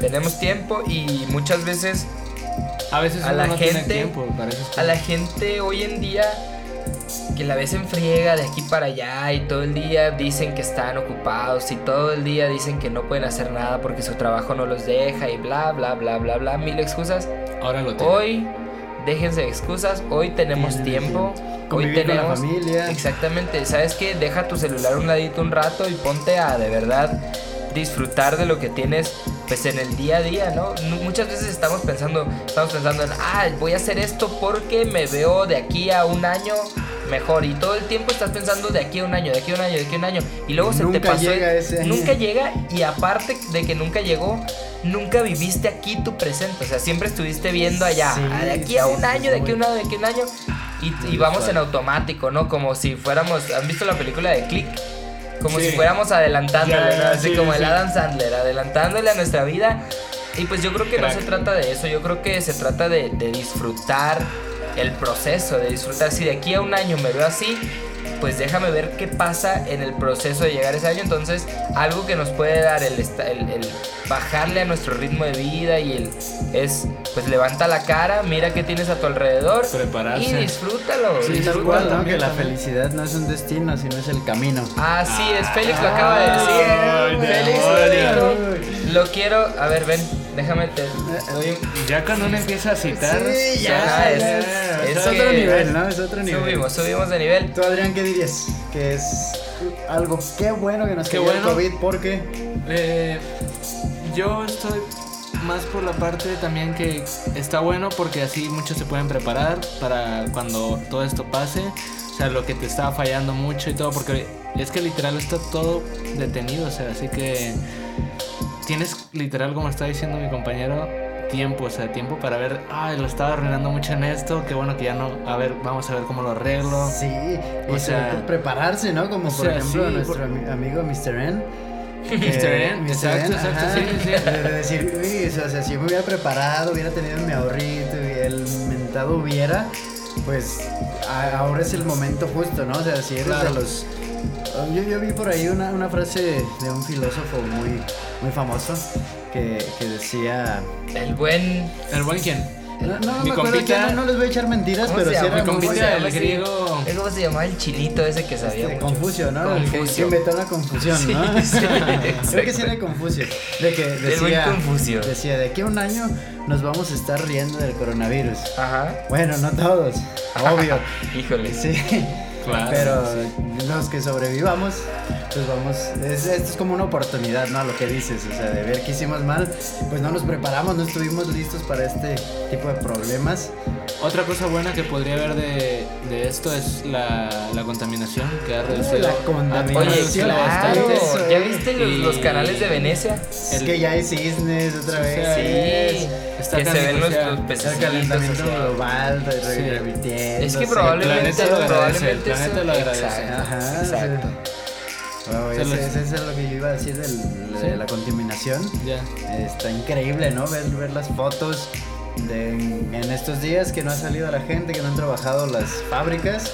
Speaker 1: Tenemos tiempo y muchas veces
Speaker 3: A veces
Speaker 1: A
Speaker 3: uno
Speaker 1: la
Speaker 3: no
Speaker 1: gente-
Speaker 3: tiene tiempo para esas
Speaker 1: a la
Speaker 3: cosas.
Speaker 1: gente hoy en día que la ves en friega de aquí para allá y todo el día dicen que están ocupados y todo el día dicen que no pueden hacer nada porque su trabajo no los deja y bla bla bla bla bla mil excusas.
Speaker 3: Ahora lo tengo.
Speaker 1: Hoy déjense de excusas, hoy tenemos
Speaker 4: Tienen
Speaker 1: tiempo. Hoy
Speaker 4: Convivir con la
Speaker 1: tenemos
Speaker 4: familia.
Speaker 1: Exactamente, ¿sabes qué? Deja tu celular a un ladito un rato y ponte a de verdad disfrutar de lo que tienes pues en el día a día, ¿no? Nu- Muchas veces estamos pensando, estamos pensando en, ah, voy a hacer esto porque me veo de aquí a un año mejor y todo el tiempo estás pensando de aquí a un año, de aquí a un año, de aquí a un año y luego se te
Speaker 4: Nunca
Speaker 1: pasó,
Speaker 4: llega ese año.
Speaker 1: nunca llega y aparte de que nunca llegó Nunca viviste aquí tu presente, o sea, siempre estuviste viendo allá,
Speaker 4: Sí,
Speaker 1: ah, de aquí a
Speaker 4: sí,
Speaker 1: un
Speaker 4: sí,
Speaker 1: año,
Speaker 4: sí,
Speaker 1: de aquí a un
Speaker 4: muy-
Speaker 1: año, de aquí a un año, y, y
Speaker 4: Muy
Speaker 1: vamos en
Speaker 4: usual.
Speaker 1: automático, ¿no? Como si fuéramos. ¿Han visto la película de Click? Como
Speaker 3: Sí.
Speaker 1: si fuéramos adelantándole,
Speaker 3: Ya,
Speaker 1: ¿no?
Speaker 3: ya,
Speaker 1: Así
Speaker 3: sí,
Speaker 1: como el
Speaker 3: sí.
Speaker 1: Adam Sandler, adelantándole a nuestra vida. Y pues yo creo que no
Speaker 3: Crack.
Speaker 1: se trata de eso, yo creo que se trata de, de disfrutar el proceso, de disfrutar. Si de aquí a un año me veo así, pues déjame ver qué pasa en el proceso de llegar a ese año. Entonces, algo que nos puede dar el, esta- el- el bajarle a nuestro ritmo de vida y el es, pues levanta la cara, mira qué tienes a tu alrededor
Speaker 3: Prepararse.
Speaker 1: y disfrútalo.
Speaker 4: Sí, tal
Speaker 3: disfruta
Speaker 4: cual, ¿no?
Speaker 3: también,
Speaker 4: Que la
Speaker 3: también.
Speaker 4: felicidad no es un destino, sino es el camino.
Speaker 1: Así es, Félix lo acaba de
Speaker 3: Ah, Ay,
Speaker 1: decir. Félix lo
Speaker 4: demonios.
Speaker 1: dijo. Lo quiero, a ver, ven, déjame te doy un-
Speaker 3: Ya cuando uno empieza a citar.
Speaker 4: Sí, ya,
Speaker 1: Ah, es-
Speaker 4: ya.
Speaker 1: es
Speaker 4: Es otro
Speaker 1: que-
Speaker 4: nivel, ¿no? Es otro nivel.
Speaker 1: Subimos, subimos de nivel.
Speaker 4: ¿Tú, Adrián, qué dirías? Que es algo. Qué bueno que nos
Speaker 3: Qué
Speaker 4: cayó el
Speaker 3: bueno.
Speaker 4: COVID porque.
Speaker 3: Eh, yo estoy más por la parte también que está bueno porque así muchos se pueden preparar para cuando todo esto pase. O sea, lo que te estaba fallando mucho y todo, porque es que literal está todo detenido. O sea, así que tienes literal, como está diciendo mi compañero, tiempo. O sea, tiempo para ver, ay, lo estaba arruinando mucho en esto. Qué bueno que ya no. A ver, vamos a ver cómo lo arreglo.
Speaker 4: Sí, y
Speaker 3: O
Speaker 4: sobre
Speaker 3: sea-
Speaker 4: todo prepararse, ¿no? Como
Speaker 3: O
Speaker 4: por
Speaker 3: sea,
Speaker 4: ejemplo
Speaker 3: sí,
Speaker 4: nuestro
Speaker 3: por-
Speaker 4: ami- amigo Mr.
Speaker 3: <laughs>
Speaker 4: N. Eh,
Speaker 3: Mr. N, exacto, exacto, sí, sí, sí.
Speaker 4: De, de decir, uy, o sea, si yo me hubiera preparado, hubiera tenido mi ahorrito y el mentado hubiera, pues a- ahora es el momento justo, ¿no? O sea, si eres
Speaker 3: Claro.
Speaker 4: de los. Yo, yo vi por ahí una, una frase de un filósofo muy, muy famoso que, que decía.
Speaker 1: El buen.
Speaker 3: El buen quien.
Speaker 4: No, no,
Speaker 3: Mi
Speaker 4: me acuerdo
Speaker 3: compita-
Speaker 4: quién, no, no les voy a echar mentiras,
Speaker 1: ¿Cómo
Speaker 4: pero
Speaker 1: se
Speaker 4: sí
Speaker 1: llama?
Speaker 4: era
Speaker 3: Mi
Speaker 4: muy
Speaker 1: se
Speaker 3: compita,
Speaker 1: llama
Speaker 3: el
Speaker 1: ese?
Speaker 3: griego.
Speaker 1: ¿Cómo se llamaba el chilito ese que sabía
Speaker 4: Este,
Speaker 1: mucho?
Speaker 4: Confucio, ¿no? El que- El que
Speaker 1: Confucio.
Speaker 4: inventó la confusión,
Speaker 1: Sí, <laughs>
Speaker 4: ¿no?
Speaker 1: sí,
Speaker 4: Creo que
Speaker 1: exacto.
Speaker 4: sí era Confucio. De que
Speaker 1: El buen
Speaker 4: decía,
Speaker 1: Confucio.
Speaker 4: decía, de aquí a un año nos vamos a estar riendo del coronavirus.
Speaker 1: Ajá.
Speaker 4: Bueno, no todos, obvio.
Speaker 1: <laughs> Híjole.
Speaker 4: Sí,
Speaker 3: Claro.
Speaker 4: pero los que sobrevivamos, pues vamos, es- esto es como una oportunidad, ¿no? A lo que dices, o sea, de ver que hicimos mal, pues no nos preparamos, no estuvimos listos para este tipo de problemas.
Speaker 3: Otra cosa buena que podría haber de, de esto es la, la contaminación que ha reducido.
Speaker 4: la
Speaker 1: Oye,
Speaker 4: contaminación. Sí,
Speaker 3: ha reducido
Speaker 1: claro.
Speaker 3: bastante.
Speaker 4: eso,
Speaker 1: ¿Ya
Speaker 4: eh.
Speaker 1: viste los,
Speaker 3: Y-
Speaker 1: los canales de Venecia?
Speaker 4: Es
Speaker 3: El-
Speaker 4: que ya hay cisnes otra
Speaker 3: Sí,
Speaker 4: vez.
Speaker 1: Sí.
Speaker 3: Está
Speaker 1: que se ven los,
Speaker 3: cansado.
Speaker 1: los
Speaker 4: El
Speaker 1: pececitos,
Speaker 4: calentamiento
Speaker 1: o sea.
Speaker 4: global, de
Speaker 3: Sí.
Speaker 4: gravitiendo,
Speaker 1: Es que
Speaker 4: sí.
Speaker 1: probablemente,
Speaker 3: planeta lo agradece, el
Speaker 1: probablemente
Speaker 3: planeta
Speaker 1: sea-
Speaker 3: lo agradece.
Speaker 1: Exacto,
Speaker 4: Ajá,
Speaker 1: exacto.
Speaker 4: Wow,
Speaker 3: Se
Speaker 4: ese,
Speaker 3: los-
Speaker 4: ese es lo que yo iba a decir del- de
Speaker 3: Sí.
Speaker 4: la contaminación.
Speaker 3: Ya.
Speaker 4: Está increíble, ¿no? Ver, ver las fotos de en estos días que no ha salido la gente, que no han trabajado las fábricas.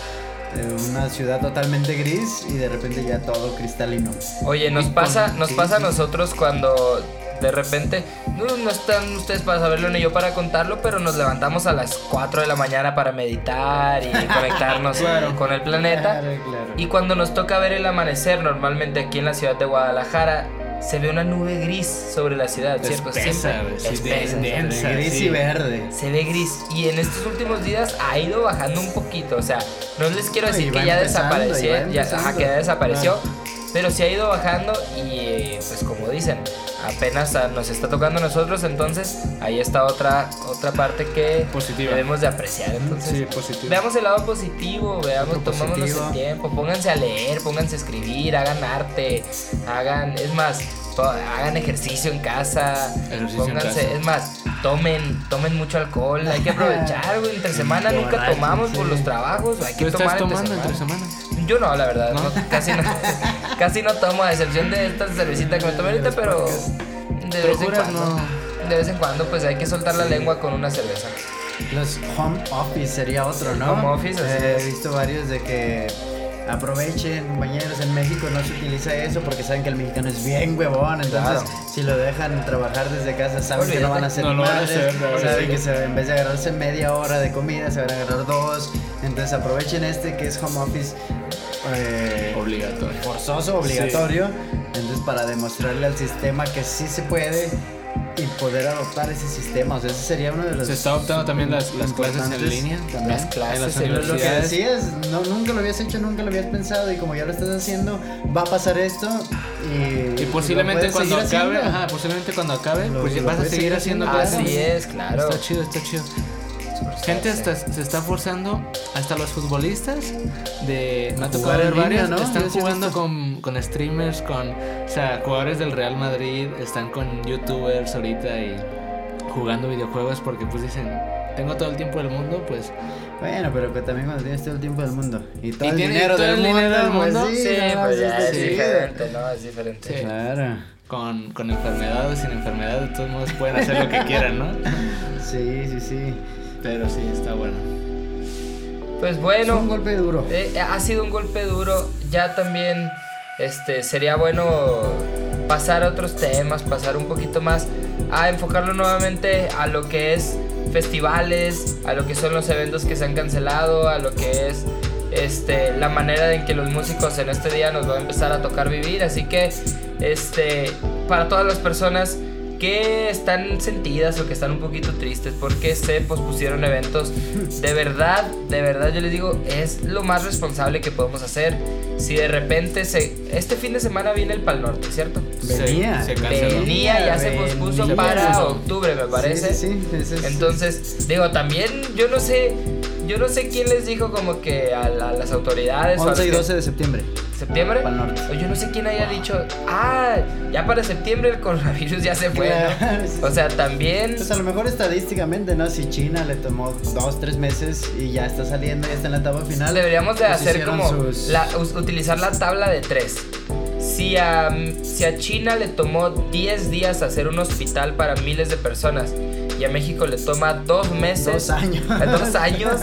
Speaker 4: eh, Una ciudad totalmente gris y de repente ya todo cristalino.
Speaker 1: Oye, nos
Speaker 3: Y con-
Speaker 1: pasa, nos
Speaker 4: sí,
Speaker 1: pasa a
Speaker 4: sí.
Speaker 1: nosotros cuando de repente, no, no están ustedes para saberlo ni yo para contarlo, pero nos levantamos a las 4 de la mañana para meditar y conectarnos
Speaker 3: <laughs> Claro.
Speaker 1: con el planeta.
Speaker 4: Claro, claro.
Speaker 1: Y cuando nos toca ver el amanecer, normalmente aquí en la ciudad de Guadalajara, se ve una nube gris sobre la ciudad, ¿cierto?
Speaker 3: Espesa, güey, sí,
Speaker 1: espesa.
Speaker 3: de- de-
Speaker 4: Entre gris
Speaker 3: sí.
Speaker 4: y verde.
Speaker 1: se ve gris y en estos últimos días ha ido bajando un poquito, o sea, no les quiero
Speaker 4: No, y
Speaker 1: decir
Speaker 4: va
Speaker 1: que ya
Speaker 4: empezando, y va
Speaker 1: desapareció, ya, ajá,
Speaker 4: empezando. Ah.
Speaker 1: que ya desapareció, pero sí ha ido bajando y pues como dicen, apenas a- nos está tocando a nosotros, entonces ahí está otra, otra parte que
Speaker 3: Positiva.
Speaker 1: debemos de apreciar. Entonces,
Speaker 3: Sí, positivo.
Speaker 1: Veamos el lado positivo, veamos,
Speaker 4: Otro
Speaker 1: tomémonos
Speaker 4: positivo.
Speaker 1: el tiempo, pónganse a leer, pónganse a escribir, hagan arte, hagan, es más, po- hagan ejercicio en casa,
Speaker 3: Ejercicio en
Speaker 1: pónganse,
Speaker 3: casa.
Speaker 1: es más, tomen, tomen mucho alcohol, hay que aprovechar, güey,
Speaker 3: <laughs>
Speaker 1: entre semana
Speaker 4: Qué
Speaker 1: nunca
Speaker 4: barato,
Speaker 1: tomamos por
Speaker 4: sí.
Speaker 1: los trabajos, hay
Speaker 3: ¿Tú
Speaker 1: que
Speaker 3: estás
Speaker 1: tomar
Speaker 3: tomando entre semanas?
Speaker 1: Yo no, la verdad,
Speaker 3: ¿No?
Speaker 1: no, casi,
Speaker 3: <laughs>
Speaker 1: no, casi no tomo, a excepción de esta cervecita que me tomé ahorita, pero de vez, en
Speaker 3: Procuras
Speaker 1: cuando,
Speaker 3: no.
Speaker 1: de vez en cuando, pues hay que soltar la lengua con una cerveza.
Speaker 4: Los home office sería otro, ¿no?
Speaker 1: Home office, así
Speaker 4: Eh,
Speaker 1: es.
Speaker 4: He visto varios de que aprovechen, compañeros, en México no se utiliza eso porque saben que el mexicano es bien huevón, entonces
Speaker 1: Claro.
Speaker 4: si lo dejan trabajar desde casa saben que no
Speaker 1: Olvídate.
Speaker 4: van a hacer
Speaker 3: No lo van a
Speaker 4: madres,
Speaker 3: hacer, no,
Speaker 4: saben
Speaker 3: sí.
Speaker 4: que se- en vez de agarrarse media hora de comida se van a agarrar dos, entonces aprovechen este que es home office. eh,
Speaker 3: Obligatorio.
Speaker 4: forzoso, obligatorio, entonces para demostrarle al sistema que sí se puede y poder adoptar ese sistema, o sea, ese sería uno de los
Speaker 3: Se está adoptando también las, las clases en
Speaker 4: importantes
Speaker 3: línea.
Speaker 4: también.
Speaker 1: Las clases
Speaker 3: En las
Speaker 1: en
Speaker 4: Pero lo que
Speaker 3: universidades.
Speaker 4: decías, no, nunca lo habías hecho, nunca lo habías pensado y como ya lo estás haciendo, va a pasar esto y,
Speaker 3: Y posiblemente
Speaker 4: lo puedes
Speaker 3: cuando
Speaker 4: seguir
Speaker 3: acabe,
Speaker 4: haciendo.
Speaker 3: ajá, posiblemente cuando acabe,
Speaker 4: Lo-
Speaker 3: pues
Speaker 4: lo
Speaker 3: vas a
Speaker 4: puedes
Speaker 3: seguir
Speaker 4: seguir
Speaker 3: haciendo
Speaker 4: haciendo.
Speaker 3: clases.
Speaker 1: Así es, claro.
Speaker 3: Está chido, está chido. Gente hasta se está forzando, hasta los futbolistas de me ha tocado
Speaker 4: Jugar en
Speaker 3: ver
Speaker 4: línea,
Speaker 3: varios,
Speaker 4: ¿no?
Speaker 3: están
Speaker 4: Yo sí he
Speaker 3: jugando
Speaker 4: visto.
Speaker 3: con, con streamers, con o sea, jugadores del Real Madrid, están con youtubers ahorita y jugando videojuegos porque pues dicen, tengo todo el tiempo del mundo, pues
Speaker 4: Bueno, pero que también cuando tienes todo el tiempo del mundo y todo
Speaker 3: Y
Speaker 4: el
Speaker 3: tiene-
Speaker 4: dinero
Speaker 3: todo
Speaker 4: del
Speaker 3: el
Speaker 4: mundo,
Speaker 3: dinero del
Speaker 4: pues
Speaker 3: mundo,
Speaker 1: Sí,
Speaker 4: sí, no,
Speaker 1: pues
Speaker 4: sí,
Speaker 1: ya
Speaker 4: está
Speaker 1: es
Speaker 4: chido.
Speaker 1: diferente, ¿no? Es diferente.
Speaker 3: Sí.
Speaker 4: Claro,
Speaker 3: eh, con, con enfermedad o sin enfermedad, de todos modos pueden hacer lo que quieran, <laughs> ¿no?
Speaker 4: sí, sí, sí.
Speaker 3: Pero sí, está bueno.
Speaker 1: Pues
Speaker 4: Es un
Speaker 1: bueno,
Speaker 4: golpe duro.
Speaker 1: eh, ha sido un golpe duro. Ya también este, sería bueno pasar a otros temas, pasar un poquito más a enfocarlo nuevamente a lo que es festivales, a lo que son los eventos que se han cancelado, a lo que es este, la manera en que los músicos en este día nos van a empezar a tocar vivir. Así que este, para todas las personas que están sentidas o que están un poquito tristes porque se pospusieron eventos. De verdad, de verdad yo les digo, es lo más responsable que podemos hacer. Si de repente se... Este fin de semana viene el Pal Norte, ¿cierto?
Speaker 4: Venía.
Speaker 3: Se, se canceló.
Speaker 1: Venía, ya se
Speaker 4: venía.
Speaker 1: pospuso
Speaker 4: Se
Speaker 1: para
Speaker 3: pospuso.
Speaker 1: octubre, me parece.
Speaker 4: Sí, sí, sí, ese es-
Speaker 1: Entonces, digo, también yo no sé... Yo no sé quién les dijo como que a, la- a las autoridades... o a
Speaker 4: 11 y
Speaker 1: los que-
Speaker 4: 12 de septiembre.
Speaker 1: ¿Septiembre?
Speaker 4: Pa'l norte.
Speaker 1: O Yo no sé quién haya dicho, ah, ya para septiembre el coronavirus ya se fue. ¿no?"
Speaker 4: Claro, sí,
Speaker 1: O sea, también...
Speaker 4: Pues a lo mejor estadísticamente, ¿no? Si China le tomó dos, tres meses y ya está saliendo, ya está en la etapa final.
Speaker 1: Deberíamos de
Speaker 4: Pues
Speaker 1: hacer
Speaker 4: hicieron
Speaker 1: como
Speaker 4: sus-
Speaker 1: la- us- utilizar la tabla de tres. Si a, si a China le tomó 10 días hacer un hospital para miles de personas y a México le toma dos meses,
Speaker 4: Dos años.
Speaker 1: <laughs> dos años,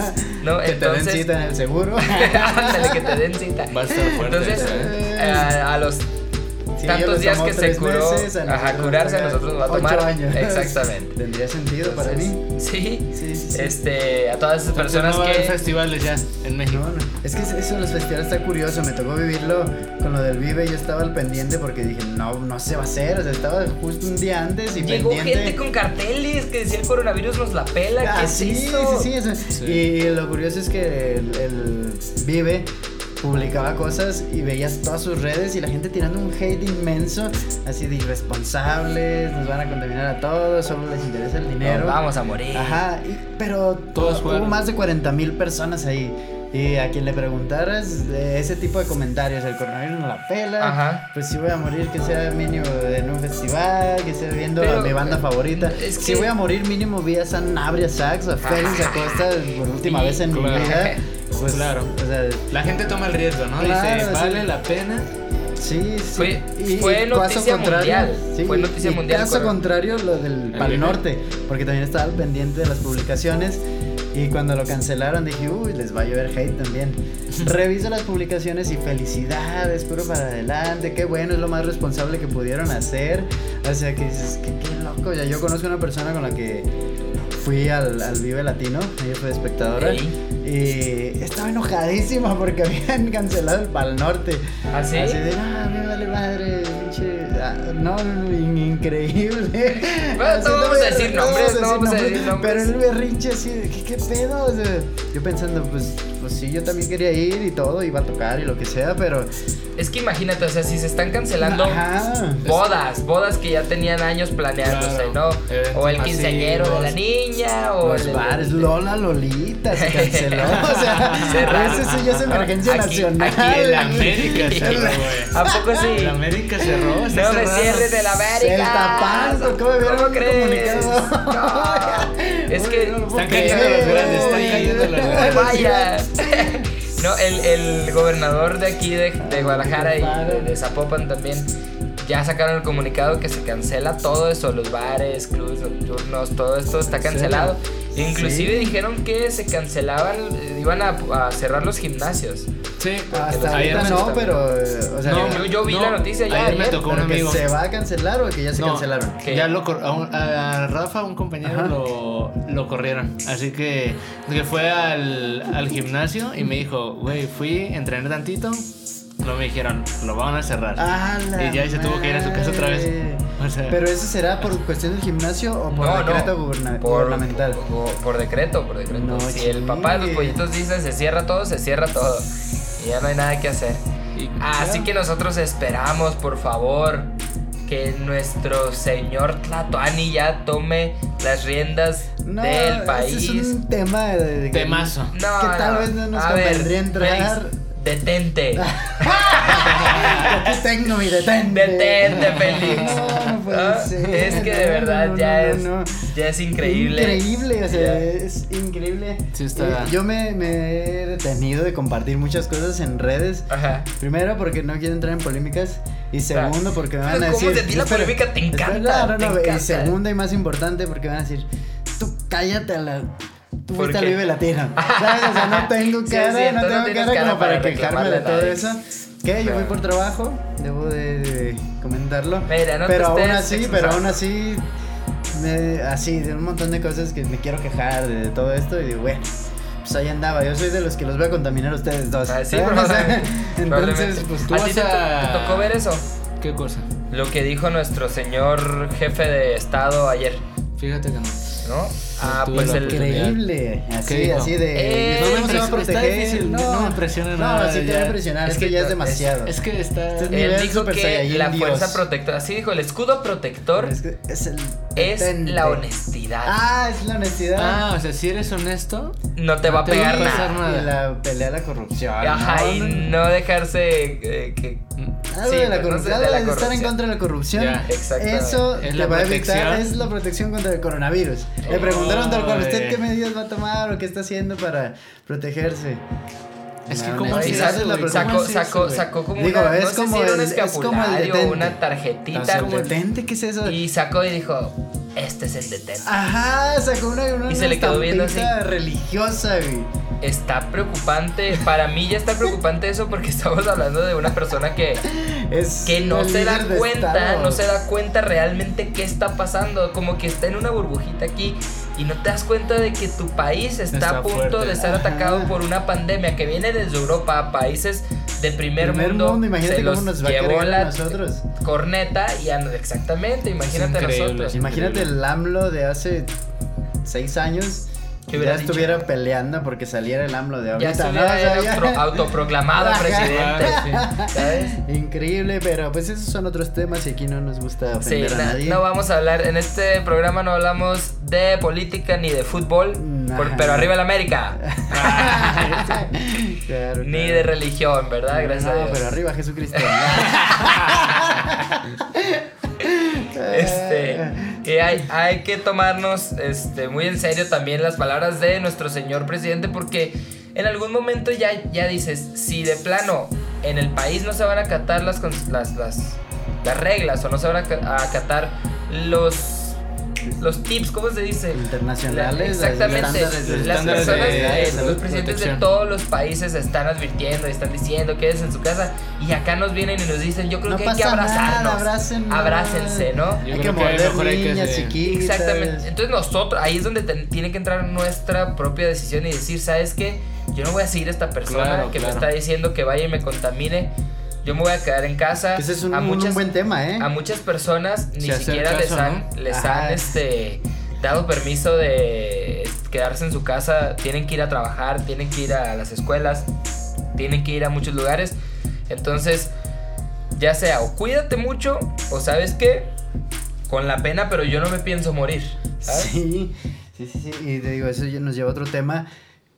Speaker 1: ¿no?
Speaker 4: Que te den
Speaker 1: Entonces,
Speaker 4: cita en el seguro.
Speaker 1: <laughs> ándale, que te den cita.
Speaker 3: Va a estar fuerte.
Speaker 1: Entonces,
Speaker 3: ¿eh?
Speaker 4: ¿eh? <laughs>
Speaker 1: a, a los
Speaker 4: Si ellos
Speaker 1: tantos
Speaker 4: les
Speaker 1: días
Speaker 4: tomó
Speaker 1: que se
Speaker 4: tres
Speaker 1: curó,
Speaker 4: meses, a
Speaker 1: ajá,
Speaker 4: nosotros
Speaker 1: curarse a
Speaker 4: nos
Speaker 1: nosotros nos va a
Speaker 4: ocho
Speaker 1: tomar.
Speaker 4: años.
Speaker 1: Exactamente.
Speaker 4: Tendría sentido para
Speaker 1: Entonces,
Speaker 4: mí.
Speaker 1: Sí,
Speaker 4: Sí, sí, sí.
Speaker 1: este, a todas esas
Speaker 3: Entonces,
Speaker 1: personas
Speaker 3: no va a
Speaker 1: que.
Speaker 3: haber festivales ya en México.
Speaker 4: No, no. Es que eso de los festivales está curioso, me tocó vivirlo con lo del Vive, yo estaba al pendiente porque dije, no, no se va a hacer, o sea, estaba justo un día antes y
Speaker 1: Llegó
Speaker 4: pendiente.
Speaker 1: gente con carteles que decía el coronavirus nos la pela, ¿qué
Speaker 4: Ah,
Speaker 1: es
Speaker 4: sí,
Speaker 1: esto?"
Speaker 4: sí, sí, eso.
Speaker 3: Sí.
Speaker 4: Y lo curioso es que el, el Vive publicaba cosas y veías todas sus redes y la gente tirando un hate inmenso, así de irresponsables, nos van a contaminar a todos, solo les interesa el
Speaker 1: Nos
Speaker 4: dinero.
Speaker 1: vamos a morir.
Speaker 4: Ajá, y- pero
Speaker 3: Todos
Speaker 4: hubo
Speaker 3: fueron.
Speaker 4: más de 40 mil personas ahí. Y a quien le preguntaras eh, ese tipo de comentarios, el coronavirus no la pela,
Speaker 1: Ajá.
Speaker 4: pues si voy a morir que sea mínimo en un festival, que sea viendo
Speaker 1: Pero, eh,
Speaker 4: a mi banda favorita.
Speaker 1: es
Speaker 4: Si
Speaker 1: que- Ah,
Speaker 4: voy a morir mínimo vi a Sanabria Sax, a Félix Acosta por última
Speaker 1: Sí,
Speaker 4: vez en
Speaker 3: claro.
Speaker 4: mi vida.
Speaker 1: <laughs>
Speaker 4: Pues,
Speaker 3: Claro.
Speaker 4: O sea,
Speaker 3: La gente toma el riesgo, ¿no?
Speaker 4: Claro,
Speaker 3: Dice,
Speaker 4: sí.
Speaker 3: vale
Speaker 4: <laughs>
Speaker 3: la pena.
Speaker 4: sí, sí.
Speaker 1: Fue- fue
Speaker 4: caso
Speaker 1: noticia
Speaker 4: contrario,
Speaker 1: mundial, fue noticia
Speaker 4: y
Speaker 1: mundial,
Speaker 4: Caso
Speaker 1: correcto.
Speaker 4: contrario, lo del
Speaker 3: Vive.
Speaker 4: Pal Norte, porque también estaba al pendiente de las publicaciones. Y cuando lo cancelaron dije, uy, les va a llover hate
Speaker 1: <laughs>
Speaker 4: también. Reviso las publicaciones y felicidades, puro para adelante, qué bueno, es lo más responsable que pudieron hacer. O sea que dices, qué, qué loco, ya yo conozco una persona con la que fui al, al Vive Latino, ella fue espectadora.
Speaker 1: Ey.
Speaker 4: Y estaba enojadísima porque <laughs> habían cancelado el Pal Norte.
Speaker 1: ¿Ah, sí?
Speaker 4: Así de, ah, me vale madre, pinche. ah, No, in- increíble.
Speaker 1: Bueno,
Speaker 4: Así,
Speaker 1: no vamos a decir
Speaker 4: no
Speaker 1: nombres, no vamos a decir
Speaker 4: Pero
Speaker 1: nombres.
Speaker 4: el berrinche así, de, ¿qué, qué pedo? O sea, yo pensando, pues, pues sí, yo también quería ir y todo, iba a tocar y lo que sea, pero
Speaker 1: es que imagínate, o sea, si se están cancelando
Speaker 4: Ajá.
Speaker 1: bodas, bodas que ya tenían años planeándose,
Speaker 3: Claro,
Speaker 1: ¿no? O el
Speaker 3: eventos
Speaker 1: quinceañero de la
Speaker 3: masivos.
Speaker 1: niña, o
Speaker 4: eh, Los
Speaker 1: el-
Speaker 4: bares, Lola Lolita se canceló. O sea,
Speaker 1: <laughs> Cerraron.
Speaker 4: ese sí ya es emergencia
Speaker 1: Aquí-
Speaker 4: nacional.
Speaker 1: aquí
Speaker 3: El
Speaker 4: <laughs>
Speaker 3: América cerró, güey.
Speaker 1: ¿A poco sí?
Speaker 3: El América cerró. está
Speaker 1: No me
Speaker 3: cerrado.
Speaker 1: cierres de la América.
Speaker 4: El tapazo, ¿cómo me vieron <laughs>
Speaker 1: crees?
Speaker 4: comunicado?
Speaker 1: No, es que
Speaker 4: Uy, no lo puedo
Speaker 3: Están cayendo
Speaker 4: creer,
Speaker 3: los grandes, están
Speaker 4: güey.
Speaker 3: cayendo los grandes.
Speaker 1: Vaya. No, el, el gobernador de aquí, de, de Guadalajara y de, de Zapopan también, ya sacaron el comunicado que se cancela todo eso, los bares, clubes nocturnos, todo esto está cancelado.
Speaker 4: serio?
Speaker 1: Inclusive
Speaker 4: Sí.
Speaker 1: dijeron que se cancelaban, eh, iban a, a cerrar los gimnasios.
Speaker 3: Sí,
Speaker 4: Hasta
Speaker 3: ayer
Speaker 4: ahorita
Speaker 3: me-
Speaker 4: no, pero. eh, O sea,
Speaker 3: No,
Speaker 1: yo, yo vi
Speaker 3: no,
Speaker 1: la noticia ya
Speaker 3: ayer
Speaker 1: ayer.
Speaker 3: me tocó un
Speaker 4: ¿pero que
Speaker 3: amigo.
Speaker 4: ¿Se va a cancelar o que ya se
Speaker 3: No.
Speaker 4: cancelaron?
Speaker 1: ¿Qué?
Speaker 3: Ya lo cor- a, un- a Rafa, un compañero,
Speaker 4: Ajá.
Speaker 3: lo, lo corrieron. Así que, que fue al, al gimnasio y me dijo, güey, fui, entrené tantito. Luego me dijeron, lo van a cerrar.
Speaker 4: ¡A la
Speaker 3: y ya se tuvo que ir a su casa otra vez.
Speaker 4: madre!
Speaker 3: O sea,
Speaker 4: ¿Pero eso será por cuestión del gimnasio o por
Speaker 1: No,
Speaker 4: decreto
Speaker 1: no,
Speaker 4: guberna-
Speaker 1: por-
Speaker 4: gubernamental?
Speaker 1: Por, por decreto, por decreto.
Speaker 4: No
Speaker 1: si el papá de los
Speaker 4: chingues.
Speaker 1: pollitos dice se cierra todo, se cierra todo. Y ya no hay nada que hacer.
Speaker 3: y-
Speaker 4: Ah,
Speaker 1: Así que nosotros esperamos, por favor, que nuestro señor Tlatoani ya tome las riendas
Speaker 4: No,
Speaker 1: del
Speaker 4: ese
Speaker 1: país.
Speaker 4: es un tema de, de-
Speaker 3: Temazo.
Speaker 1: No,
Speaker 4: que tal vez no nos
Speaker 1: A ver,
Speaker 4: convendría entrar. Ah,
Speaker 1: Félix,
Speaker 4: <laughs>
Speaker 1: detente.
Speaker 4: Aquí tengo mi detente. <laughs>
Speaker 1: Detente, Félix.
Speaker 4: No, no puede
Speaker 1: Ah,
Speaker 4: ser.
Speaker 1: Es que de
Speaker 4: No,
Speaker 1: verdad
Speaker 4: no,
Speaker 1: ya
Speaker 4: no,
Speaker 1: es
Speaker 4: no.
Speaker 1: ya es increíble.
Speaker 4: Increíble, o sea,
Speaker 1: Ya.
Speaker 4: es increíble.
Speaker 3: Sí está.
Speaker 4: Eh, yo me, me he detenido de compartir muchas cosas en redes.
Speaker 1: Ajá.
Speaker 4: Primero porque no quiero entrar en polémicas y
Speaker 1: Claro.
Speaker 4: segundo porque me
Speaker 1: Pero
Speaker 4: van a
Speaker 1: ¿cómo
Speaker 4: decir
Speaker 1: de ti la
Speaker 4: espera,
Speaker 1: polémica te
Speaker 4: espera,
Speaker 1: encanta,
Speaker 4: no, no,
Speaker 1: te
Speaker 4: no,
Speaker 1: encanta?
Speaker 4: y segundo y más importante porque van a decir, tú cállate a la tú
Speaker 1: ¿Por
Speaker 4: fuiste al
Speaker 1: qué? <laughs>
Speaker 4: Vive Latino. ¿Sabes? O sea, no tengo
Speaker 1: Sí, es
Speaker 4: cara,
Speaker 1: cierto,
Speaker 4: no
Speaker 1: no
Speaker 4: tengo
Speaker 1: tienes
Speaker 4: cara,
Speaker 1: cara
Speaker 4: como para,
Speaker 1: para
Speaker 4: quejarme de
Speaker 1: reclamarle a
Speaker 4: todo
Speaker 1: nadie.
Speaker 4: eso. Que yo voy
Speaker 1: Claro.
Speaker 4: por trabajo, debo de, de comentarlo.
Speaker 1: Mira, no te
Speaker 4: pero aún
Speaker 1: estés
Speaker 4: así,
Speaker 1: excusando.
Speaker 4: pero aún así me- así de un montón de cosas que me quiero quejar de, de todo esto y digo, bueno, pues ahí andaba. Yo soy de los que los voy a contaminar a ustedes dos.
Speaker 1: Ah, sí,
Speaker 4: ¿sabes? <laughs> O sea,
Speaker 1: probablemente.
Speaker 4: entonces,
Speaker 1: Probablemente.
Speaker 4: pues
Speaker 3: tú
Speaker 1: ¿A
Speaker 3: vas
Speaker 1: ti te to-
Speaker 3: a-
Speaker 1: te tocó ver eso?
Speaker 3: ¿Qué cosa?
Speaker 1: Lo que dijo nuestro señor jefe de Estado ayer,
Speaker 3: Fíjate que no.
Speaker 1: ¿no? Ah,
Speaker 3: tuve
Speaker 1: pues
Speaker 3: la
Speaker 1: el...
Speaker 3: oportunidad.
Speaker 4: Increíble, así,
Speaker 3: dijo?
Speaker 4: así de.
Speaker 1: Eh,
Speaker 4: ¿cómo
Speaker 1: no me
Speaker 4: se va
Speaker 3: impresiona,
Speaker 4: a
Speaker 3: está
Speaker 4: proteger?
Speaker 3: difícil, no me impresiona nada,
Speaker 4: No, sí te va
Speaker 3: ya.
Speaker 4: a impresionar,
Speaker 1: Es
Speaker 4: es que
Speaker 1: que
Speaker 4: ya es
Speaker 1: no, es-
Speaker 4: demasiado.
Speaker 3: Es que está...
Speaker 4: Este-
Speaker 1: Él
Speaker 4: Nivel
Speaker 1: dijo
Speaker 4: Super
Speaker 1: que
Speaker 4: Saiyajin
Speaker 1: la
Speaker 4: Dios.
Speaker 1: fuerza protectora, así dijo, el escudo protector
Speaker 4: Es que es el
Speaker 1: es
Speaker 4: detente.
Speaker 1: la honestidad.
Speaker 4: Ah, es la honestidad.
Speaker 3: Ah, o sea, si eres honesto,
Speaker 1: no te
Speaker 3: no
Speaker 1: va a
Speaker 3: te va a
Speaker 1: pegar
Speaker 3: pasar
Speaker 1: nada.
Speaker 4: Y la pelea a la corrupción.
Speaker 1: Ajá,
Speaker 4: ¿no?
Speaker 1: y no dejarse eh, que...
Speaker 3: mm,
Speaker 4: Algo
Speaker 1: Sí, pero
Speaker 4: Ah, de la
Speaker 1: no sé,
Speaker 4: corrupción,
Speaker 1: de la
Speaker 4: algo de estar en
Speaker 1: corrupción.
Speaker 4: contra de la corrupción.
Speaker 3: Ya,
Speaker 1: exactamente.
Speaker 4: Eso
Speaker 3: Es
Speaker 4: te
Speaker 3: la
Speaker 4: va a evitar,
Speaker 3: protección.
Speaker 4: es la protección contra el coronavirus. Le preguntaron tal cual, ¿usted
Speaker 3: Ay.
Speaker 4: qué medidas va a tomar o qué está haciendo para protegerse?
Speaker 3: es
Speaker 4: La
Speaker 3: que como
Speaker 1: Ay,
Speaker 3: si
Speaker 4: honestidad
Speaker 1: sacó,
Speaker 4: es la
Speaker 1: sacó,
Speaker 4: protección.
Speaker 1: sacó,
Speaker 4: ¿Cómo es
Speaker 1: sacó como
Speaker 4: eso, güey? Digo,
Speaker 1: una, no
Speaker 4: es
Speaker 1: sé
Speaker 4: como
Speaker 1: si era un
Speaker 4: el- es como el
Speaker 1: escapulario o
Speaker 4: detente.
Speaker 1: una tarjetita
Speaker 4: Entonces, detente, ¿qué es eso?
Speaker 1: y sacó y dijo, este es el detente.
Speaker 4: Ajá, sacó una, una
Speaker 1: Y se le quedó viendo así.
Speaker 4: estampita religiosa, güey.
Speaker 1: Está preocupante, para mí ya está preocupante eso porque <laughs> estamos hablando de una persona que,
Speaker 4: Es
Speaker 1: que no
Speaker 4: el
Speaker 1: se da
Speaker 4: líder de
Speaker 1: cuenta,
Speaker 4: Estado.
Speaker 1: no se da cuenta realmente qué está pasando, como que está en una burbujita aquí y no te das cuenta de que tu país está,
Speaker 3: Está
Speaker 1: a punto
Speaker 3: fuerte.
Speaker 1: de ser
Speaker 4: Ajá.
Speaker 1: atacado por una pandemia que viene desde Europa, países de primer,
Speaker 4: Primer mundo,
Speaker 1: mundo,
Speaker 4: imagínate
Speaker 1: se
Speaker 4: cómo
Speaker 1: los
Speaker 4: nos va a
Speaker 1: llevó
Speaker 4: cargar
Speaker 1: la
Speaker 4: a
Speaker 1: <laughs>
Speaker 4: nosotros.
Speaker 1: corneta y a- exactamente, imagínate a
Speaker 3: increíble,
Speaker 1: nosotros.
Speaker 3: sí.
Speaker 4: Imagínate
Speaker 3: Increíble.
Speaker 4: el AMLO de hace seis años.
Speaker 1: ¿Qué
Speaker 4: Ya
Speaker 1: hubiera dicho?
Speaker 4: estuviera peleando porque saliera el AMLO de
Speaker 1: Ya
Speaker 4: ahorita. ¿no?
Speaker 1: estuviera
Speaker 4: O sea,
Speaker 1: él
Speaker 4: ya-
Speaker 1: autro- autoproclamado
Speaker 4: Ajá.
Speaker 1: presidente,
Speaker 3: Ah,
Speaker 1: ¿sabes?
Speaker 4: <laughs> Increíble, pero pues esos son otros temas y aquí no nos gusta
Speaker 1: Sí,
Speaker 4: ofender a
Speaker 1: na-
Speaker 4: nadie.
Speaker 1: no vamos a hablar, en este programa no hablamos de política ni de fútbol,
Speaker 4: Nah.
Speaker 1: por- pero arriba el América.
Speaker 4: <laughs> Claro,
Speaker 1: Ni
Speaker 4: claro.
Speaker 1: de religión, ¿verdad? Ah, Gracias a
Speaker 4: No,
Speaker 1: Dios.
Speaker 4: pero arriba Jesucristo.
Speaker 1: <laughs> Este, que hay, hay que tomarnos este, muy en serio también las palabras de nuestro señor presidente porque en algún momento ya, ya dices, si de plano en el país no se van a acatar las, cons- las, las, las reglas o no se van a ca- a acatar los, los tips, ¿cómo se dice?
Speaker 4: Internacionales.
Speaker 1: La- exactamente.
Speaker 4: estándares de-
Speaker 1: Las
Speaker 3: estándares
Speaker 1: personas,
Speaker 3: de-
Speaker 1: eh,
Speaker 3: salud,
Speaker 1: los presidentes de
Speaker 3: protección.
Speaker 1: todos los países están advirtiendo y están diciendo que es en su casa y acá nos vienen y nos dicen, yo creo
Speaker 4: No
Speaker 1: que hay que
Speaker 4: pasa nada,
Speaker 1: abrazarnos.
Speaker 4: abracen-
Speaker 1: Abrácense, ¿no?
Speaker 3: Yo creo
Speaker 4: Hay que
Speaker 3: que
Speaker 4: morder
Speaker 3: mejor hay que
Speaker 4: niñas
Speaker 3: hacer-
Speaker 4: chiquitas.
Speaker 1: Exactamente. Entonces nosotros, ahí es donde ten- tiene que entrar nuestra propia decisión y decir, ¿sabes qué? Yo no voy a seguir a esta persona
Speaker 3: Claro,
Speaker 1: que
Speaker 3: claro.
Speaker 1: me está diciendo que vaya y me contamine. Yo me voy a quedar en casa.
Speaker 4: Ese es un,
Speaker 1: a
Speaker 4: un- un
Speaker 1: muchas,
Speaker 4: buen tema, ¿eh?
Speaker 1: a muchas personas ni
Speaker 3: Se hace
Speaker 1: siquiera
Speaker 3: caso,
Speaker 1: les han,
Speaker 3: ¿no?
Speaker 1: les
Speaker 4: Ajá.
Speaker 1: han este, dado permiso de quedarse en su casa. Tienen que ir a trabajar, tienen que ir a las escuelas, tienen que ir a muchos lugares. Entonces, ya sea o cuídate mucho o sabes qué, con la pena, pero yo no me pienso morir. ¿sabes?
Speaker 4: Sí, sí, sí, sí. Y te digo, eso ya nos lleva a otro tema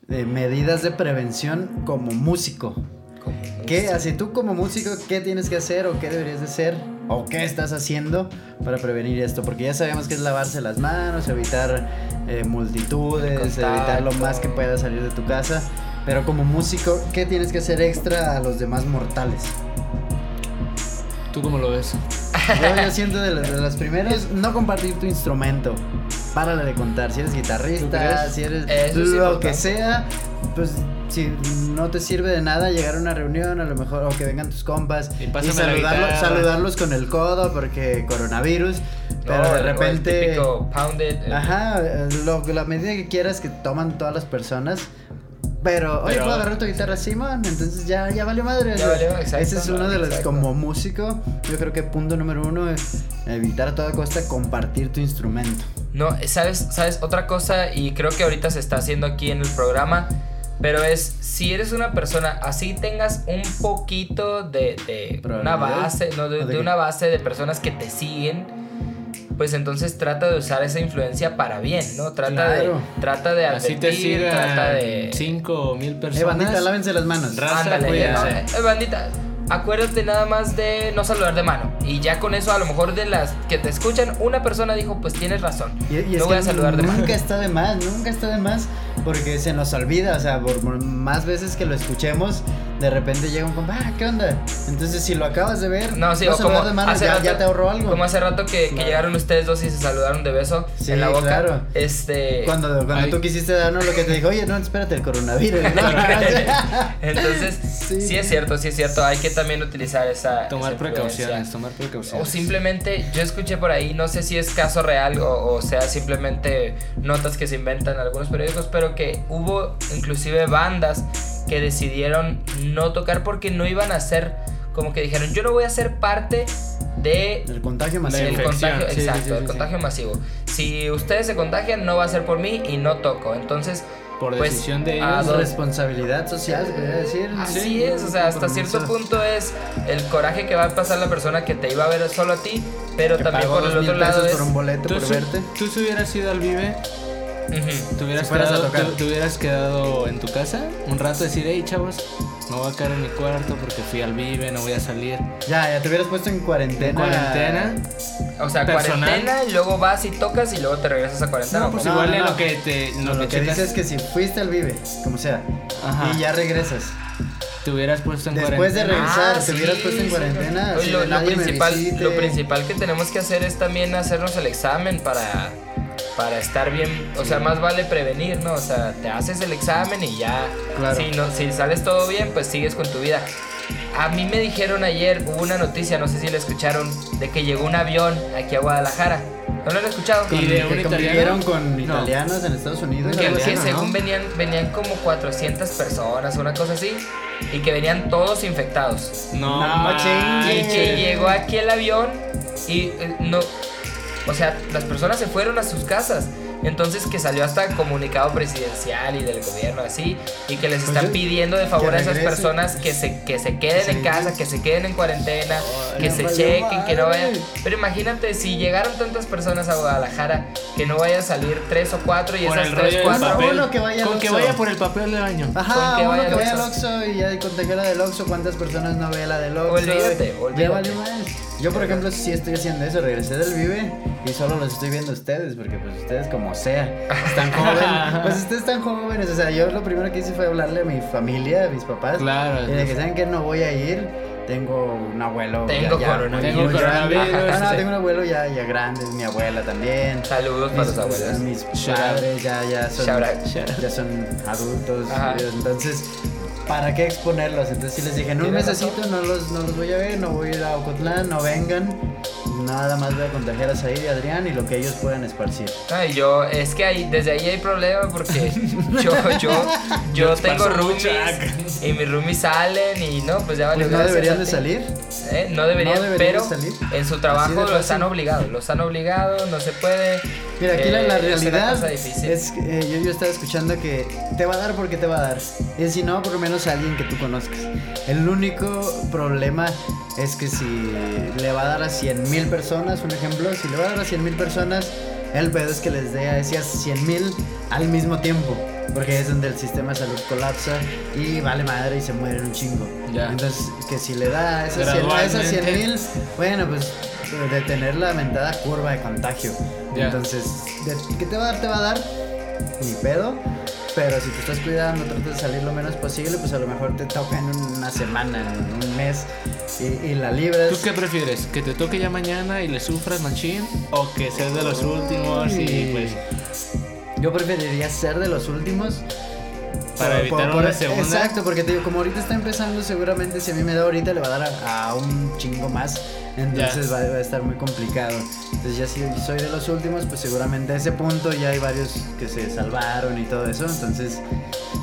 Speaker 4: de medidas de prevención como músico.
Speaker 1: Como
Speaker 4: ¿Qué,
Speaker 1: músico.
Speaker 4: así tú como músico, qué tienes que hacer o qué deberías de hacer o qué estás haciendo para prevenir esto? Porque ya sabemos que es lavarse las manos, evitar eh, multitudes,
Speaker 1: Contacto.
Speaker 4: evitar lo más que puedas salir de tu casa. Pero como músico, ¿qué tienes que hacer extra a los demás mortales?
Speaker 3: ¿Tú cómo lo ves?
Speaker 4: Yo, yo siento de las, de las primeras, no compartir tu instrumento. Párale de contar, si eres guitarrista,
Speaker 3: crees?
Speaker 4: si eres
Speaker 1: Eso es
Speaker 4: lo
Speaker 1: importante.
Speaker 4: que sea, pues si no te sirve de nada llegar a una reunión, a lo mejor, o que vengan tus compas
Speaker 3: Y
Speaker 4: y,
Speaker 3: pásame la
Speaker 4: saludarlo-
Speaker 3: guitarra.
Speaker 4: saludarlos con el codo porque coronavirus, pero
Speaker 1: No,
Speaker 4: de
Speaker 1: el- o el
Speaker 4: repente...
Speaker 1: típico pounded. el-
Speaker 4: Ajá, eh, lo, la medida que quieras que toman todas las personas. Pero, oye,
Speaker 3: Pero-
Speaker 4: ¿puedo agarrar tu guitarra, Simon? Entonces ya, ya valió madre.
Speaker 1: Ya valió, exacto,
Speaker 4: Ese es uno de los,
Speaker 1: exacto.
Speaker 4: como músico, yo creo que punto número uno es evitar a toda costa compartir tu instrumento. Eh,
Speaker 1: No, ¿sabes, sabes otra cosa y creo que ahorita se está haciendo aquí en el programa, pero es si eres una persona así tengas un poquito de, de una
Speaker 4: Probabilidad.
Speaker 1: base, no, de,
Speaker 4: ¿O Ah, de
Speaker 1: de
Speaker 4: qué?
Speaker 1: una base de personas que te siguen, pues entonces trata de usar esa influencia para bien, ¿no? Trata
Speaker 4: Claro.
Speaker 1: de trata de
Speaker 3: Así
Speaker 1: advertir,
Speaker 3: te
Speaker 1: trata
Speaker 3: sigan
Speaker 1: de
Speaker 3: 5 mil personas.
Speaker 4: Eh, bandita, lávense las manos.
Speaker 3: Ra- Raza,
Speaker 1: Ándale,
Speaker 3: cuídense.
Speaker 1: eh, eh, bandita. Acuérdate nada más de no saludar de mano. Y ya con eso, a lo mejor de las que te escuchan, una persona dijo: Pues tienes razón.
Speaker 4: Y, y es
Speaker 1: no voy
Speaker 4: que
Speaker 1: a saludar de mano. <laughs>
Speaker 4: nunca está de más, nunca está de más, porque se nos olvida, o sea, por por más veces que lo escuchemos, de repente llega un compa, ah, ¿qué onda? Entonces, si lo acabas de ver,
Speaker 1: No, sí, o
Speaker 4: saludar
Speaker 1: como
Speaker 4: de mano,
Speaker 1: hace
Speaker 4: ya,
Speaker 1: rato-
Speaker 4: ya te ahorró algo.
Speaker 1: Como hace rato que, que
Speaker 3: Claro.
Speaker 1: llegaron ustedes dos y se saludaron de beso
Speaker 4: Sí,
Speaker 1: en la boca.
Speaker 4: claro.
Speaker 1: Este.
Speaker 4: Cuando, cuando
Speaker 3: Ay.
Speaker 4: tú quisiste darnos lo que te dijo, oye, no, espérate, el coronavirus.
Speaker 1: <laughs>
Speaker 4: ¿no?
Speaker 1: Entonces,
Speaker 4: <laughs> Sí.
Speaker 1: sí. es cierto, sí es cierto. Hay que también utilizar esa. esa
Speaker 3: Tomar
Speaker 1: influencia.
Speaker 3: precauciones, tomar precauciones.
Speaker 1: O simplemente, yo escuché por ahí, no sé si es caso real o, o sea simplemente notas que se inventan en algunos periódicos, pero que hubo inclusive bandas que decidieron no tocar porque no iban a ser, como que dijeron, yo no voy a ser parte de
Speaker 4: el contagio masivo.
Speaker 1: el
Speaker 3: infección.
Speaker 1: contagio,
Speaker 3: Sí, sí,
Speaker 1: exacto,
Speaker 3: sí, sí,
Speaker 1: el
Speaker 3: sí.
Speaker 1: contagio masivo. Si ustedes se contagian, no va a ser por mí y no toco. Entonces,
Speaker 3: Por
Speaker 1: pues,
Speaker 3: decisión de
Speaker 1: a
Speaker 4: Es
Speaker 3: ellos.
Speaker 1: dos-
Speaker 4: responsabilidad social, quería decir.
Speaker 1: así
Speaker 3: Eh, Sí,
Speaker 1: es, o sea, hasta cierto
Speaker 4: compromisos.
Speaker 1: punto es el coraje que va a pasar la persona que te iba a ver solo a ti, pero
Speaker 4: Que
Speaker 1: también
Speaker 4: pagó
Speaker 1: por el
Speaker 4: dos mil
Speaker 1: otro lado
Speaker 4: pesos
Speaker 1: es...
Speaker 4: por un boleto
Speaker 3: Tú,
Speaker 4: por
Speaker 3: si-
Speaker 4: verte.
Speaker 3: tú si hubieras ido al Vive,
Speaker 1: Ujú.
Speaker 3: te hubieras,
Speaker 4: Si fueras a
Speaker 3: quedado,
Speaker 4: tocar.
Speaker 3: te- te hubieras quedado en tu casa un rato decir, hey chavos, no voy a quedar en mi cuarto porque fui al Vive, no voy a salir.
Speaker 4: Ya, ya te hubieras puesto en cuarentena.
Speaker 3: En cuarentena.
Speaker 1: O sea,
Speaker 3: Personal.
Speaker 1: cuarentena, y luego vas y tocas y luego te regresas a cuarentena.
Speaker 4: No,
Speaker 1: ¿o
Speaker 4: pues
Speaker 1: cómo?
Speaker 3: igual
Speaker 4: no,
Speaker 3: en
Speaker 4: no.
Speaker 3: lo que te lo
Speaker 4: No, lo que
Speaker 3: checas,
Speaker 4: dices es que si fuiste al Vive, como sea,
Speaker 3: Ajá.
Speaker 4: y ya regresas.
Speaker 3: te hubieras puesto en
Speaker 4: Después de
Speaker 3: cuarentena.
Speaker 4: regresar.
Speaker 1: Ah,
Speaker 4: pensar, te hubieras puesto en cuarentena,
Speaker 1: Oye,
Speaker 4: así
Speaker 1: lo,
Speaker 4: de
Speaker 1: lo
Speaker 4: nadie me
Speaker 1: principal,
Speaker 4: visite.
Speaker 1: lo principal que tenemos que hacer es también hacernos el examen para, para estar bien. O sea, más vale prevenir, ¿no? O sea, te haces el examen y ya.
Speaker 4: Claro.
Speaker 1: Si, no, si sales todo bien, pues sigues con tu vida. A mí me dijeron ayer, hubo una noticia, no sé si la escucharon, de que llegó un avión aquí a Guadalajara. ¿No lo han escuchado?
Speaker 3: Y
Speaker 4: Con-
Speaker 3: de un
Speaker 4: que
Speaker 3: italiano.
Speaker 4: convivieron con
Speaker 3: No.
Speaker 4: italianos en Estados Unidos.
Speaker 1: Que,
Speaker 4: algo
Speaker 1: que
Speaker 4: así, ¿no?
Speaker 1: según venían, venían como 400 personas, una cosa así, y que venían todos infectados.
Speaker 3: No,
Speaker 4: No,
Speaker 3: manches.
Speaker 1: Y
Speaker 4: chingue.
Speaker 1: que llegó aquí el avión y eh, no. O sea, las personas se fueron a sus casas. Entonces que salió hasta comunicado presidencial y del gobierno así y que les
Speaker 4: Pues
Speaker 1: están
Speaker 4: yo-
Speaker 1: pidiendo de favor a esas
Speaker 4: regresen.
Speaker 1: personas que se, que se queden
Speaker 4: se
Speaker 1: en casa,
Speaker 4: regresen.
Speaker 1: que se queden en cuarentena,
Speaker 4: Ay,
Speaker 1: que
Speaker 4: no
Speaker 1: se
Speaker 4: valió
Speaker 1: chequen, que no vayan.
Speaker 4: madre.
Speaker 1: Pero imagínate si llegaron tantas personas a Guadalajara que no vayan a salir tres o cuatro y
Speaker 3: Por
Speaker 1: esas
Speaker 3: el rollo
Speaker 1: tres
Speaker 3: del
Speaker 1: cuatro
Speaker 3: papel.
Speaker 4: Uno que vaya al
Speaker 3: Con que
Speaker 4: Oxxo. Ah.
Speaker 3: vaya por el papel de baño.
Speaker 4: Ajá,
Speaker 1: Con que
Speaker 4: uno
Speaker 1: vaya
Speaker 4: que
Speaker 1: al
Speaker 4: vaya al
Speaker 1: Oxxo.
Speaker 4: Oxxo y ya contagió la del Oxxo, ¿cuántas personas no ve la del Oxxo?
Speaker 1: Olvídate,
Speaker 4: Ya
Speaker 1: olvídate.
Speaker 4: valió más. Yo, por ejemplo, sí estoy haciendo eso, regresé del Vive y solo los estoy viendo a ustedes, porque pues ustedes como sea,
Speaker 1: <laughs>
Speaker 4: están jóvenes, pues ustedes están jóvenes, o sea, yo lo primero que hice fue hablarle a mi familia, a mis papás,
Speaker 3: Claro.
Speaker 4: y de que saben que no voy a ir, tengo un abuelo.
Speaker 1: Tengo
Speaker 4: muy
Speaker 1: coronavirus.
Speaker 3: Tengo
Speaker 4: grande.
Speaker 3: coronavirus,
Speaker 4: Ah, no,
Speaker 3: sí.
Speaker 4: tengo un abuelo ya, ya grande, mi abuela también.
Speaker 1: Saludos para los
Speaker 4: Mis-
Speaker 1: abuelos.
Speaker 4: Este, Mis
Speaker 3: Shout out.
Speaker 4: padres ya, ya son
Speaker 1: Shout out.
Speaker 4: ya son adultos,
Speaker 1: Ajá.
Speaker 4: eh, entonces, ¿para qué exponerlos? Entonces sí les dije, en un
Speaker 1: Tienes
Speaker 4: mesecito no los, no los voy a ver, no voy a ir a Ocotlán, no vengan, nada más voy a contagiar a Said y Adrián y lo que ellos puedan esparcir.
Speaker 1: Ay, yo, es que ahí, desde ahí hay problema
Speaker 4: <laughs>
Speaker 1: porque yo, yo, yo
Speaker 3: Nos
Speaker 1: tengo
Speaker 3: pasó mucho
Speaker 1: roomies
Speaker 3: acá.
Speaker 1: y mis roomies salen y no, pues ya vale.
Speaker 4: Pues no
Speaker 1: gracias
Speaker 4: deberían
Speaker 1: a
Speaker 4: de
Speaker 1: ti.
Speaker 4: salir.
Speaker 1: Eh, No deberían,
Speaker 4: No deberían
Speaker 1: pero
Speaker 4: de salir.
Speaker 1: en su
Speaker 4: Así de
Speaker 1: trabajo lo
Speaker 4: fácil.
Speaker 1: están obligado, lo están obligado, no se puede.
Speaker 4: Mira, aquí la,
Speaker 1: Eh,
Speaker 4: la
Speaker 1: es una
Speaker 4: realidad
Speaker 1: cosa difícil.
Speaker 4: es que eh, yo, yo estaba escuchando que te va a dar porque te va a dar. Y si no, por lo menos a alguien que tú conozcas. El único problema es que si le va a dar a 100 mil personas, un ejemplo, si le va a dar a 100 mil personas, el pedo es que les dé a esas 100 mil al mismo tiempo. Porque es donde el sistema de salud colapsa y vale madre y se mueren un chingo.
Speaker 3: Ya.
Speaker 4: Entonces, que si le da a esas 100 a esas 100 mil, bueno, pues detener la mentada curva de contagio.
Speaker 3: Ya.
Speaker 4: Entonces, de- ¿qué te va a dar? Te va a dar ni pedo. Pero si te estás cuidando, tratas de salir lo menos posible, pues a lo mejor te toca en una semana, en un mes y, y la libras.
Speaker 3: ¿Tú qué prefieres? ¿Que te toque ya mañana y le sufras machín? ¿O que seas de los últimos y pues
Speaker 4: Yo preferiría ser de los últimos.
Speaker 3: Para evitar una segunda.
Speaker 4: Exacto, porque te digo, como ahorita está empezando, seguramente si a mí me da ahorita le va a dar a, a un chingo más. Entonces va, va a estar muy complicado. Entonces ya si soy de los últimos, pues seguramente a ese punto ya hay varios que se salvaron y todo eso. Entonces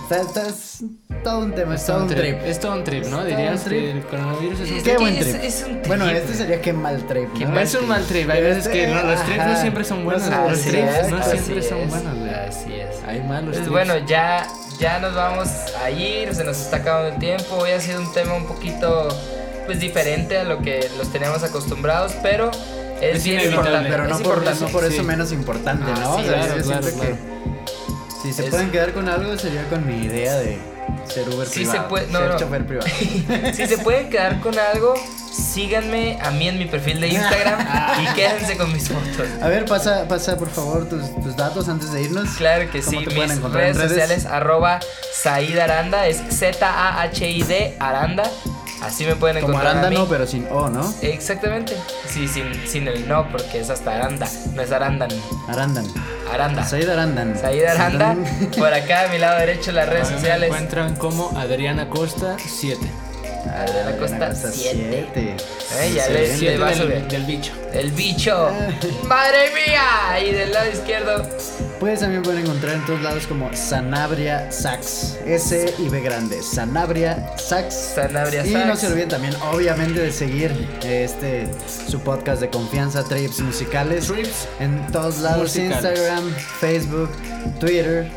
Speaker 4: está, está- es todo un tema, es todo un trip.
Speaker 3: Es todo un trip, ¿no?
Speaker 4: Es
Speaker 3: Dirías
Speaker 4: todo un
Speaker 3: que el coronavirus es un
Speaker 1: Es
Speaker 4: Qué
Speaker 1: que
Speaker 4: buen
Speaker 1: es-
Speaker 4: trip.
Speaker 1: es un trip,
Speaker 4: Bueno,
Speaker 1: güey.
Speaker 4: este sería qué mal trip.
Speaker 1: Qué
Speaker 4: ¿no?
Speaker 1: mal
Speaker 3: Es un mal trip, hay veces que no, los trips no
Speaker 4: Ajá.
Speaker 3: siempre son buenos.
Speaker 4: Ajá,
Speaker 3: Los
Speaker 1: Así
Speaker 3: trips
Speaker 1: es,
Speaker 3: no
Speaker 1: así
Speaker 3: siempre son
Speaker 1: es,
Speaker 3: buenos, güey.
Speaker 1: Así es.
Speaker 3: Hay malos
Speaker 1: Pues
Speaker 3: trips.
Speaker 1: bueno, ya, ya nos vamos a ir, se nos está acabando el tiempo. Hoy ha sido un tema un poquito pues diferente a lo que los teníamos acostumbrados, pero es,
Speaker 3: Es
Speaker 1: bien
Speaker 3: inevitable,
Speaker 1: importante.
Speaker 4: Pero no
Speaker 1: es
Speaker 4: por,
Speaker 1: importante.
Speaker 4: no por eso
Speaker 3: sí.
Speaker 4: menos importante,
Speaker 1: Ah,
Speaker 4: ¿no?
Speaker 1: sí,
Speaker 4: O sea,
Speaker 3: claro,
Speaker 4: yo siento
Speaker 3: claro,
Speaker 4: que si se
Speaker 1: Es-
Speaker 4: pueden quedar con algo sería con mi idea de ser Uber
Speaker 1: Sí se
Speaker 4: privado.
Speaker 1: puede- no,
Speaker 4: ser
Speaker 1: no. <laughs>
Speaker 4: chofer privado.
Speaker 1: si se pueden quedar con algo, síganme a mí en mi perfil de Instagram
Speaker 4: <laughs>
Speaker 1: y quédense con mis fotos.
Speaker 4: A ver, pasa, pasa por favor tus, tus datos antes de irnos.
Speaker 1: Claro que
Speaker 4: ¿Cómo
Speaker 1: sí,
Speaker 4: te pueden
Speaker 1: mis
Speaker 4: encontrar en
Speaker 1: redes,
Speaker 4: redes?
Speaker 1: sociales arroba Said Aranda, es Z-A-H-I-D Aranda, así me pueden
Speaker 4: Como
Speaker 1: encontrar a
Speaker 4: Aranda
Speaker 1: mí.
Speaker 4: no, pero sin O, ¿no?
Speaker 1: Exactamente. Sí, sin, sin el no, porque es hasta Aranda. No es Arandan.
Speaker 4: Arandan.
Speaker 1: Aranda.
Speaker 4: Said Arandan.
Speaker 1: Said
Speaker 4: <laughs>
Speaker 1: Aranda.
Speaker 4: Arandan.
Speaker 1: Por acá, a mi lado derecho, las redes
Speaker 3: A mí
Speaker 1: sociales.
Speaker 3: Ah, Me encuentran como Adriana Costa 7.
Speaker 1: Adriana Costa, siete.
Speaker 4: siete.
Speaker 1: Eh, ya le-
Speaker 4: Excelente.
Speaker 3: 7
Speaker 1: va a subir.
Speaker 3: del, del bicho.
Speaker 1: El
Speaker 4: <laughs>
Speaker 1: bicho. ¡Madre mía! Y del lado izquierdo.
Speaker 4: Puedes Pues también pueden encontrar en todos lados como Sanabria Sax. S y B grande. Sanabria Sax.
Speaker 1: Sanabria
Speaker 4: y no
Speaker 1: Sax.
Speaker 4: se olviden también, obviamente, de seguir este su podcast de confianza, Trips Musicales.
Speaker 3: Trips
Speaker 4: En todos lados,
Speaker 3: Musicales.
Speaker 4: Instagram, Facebook, Twitter.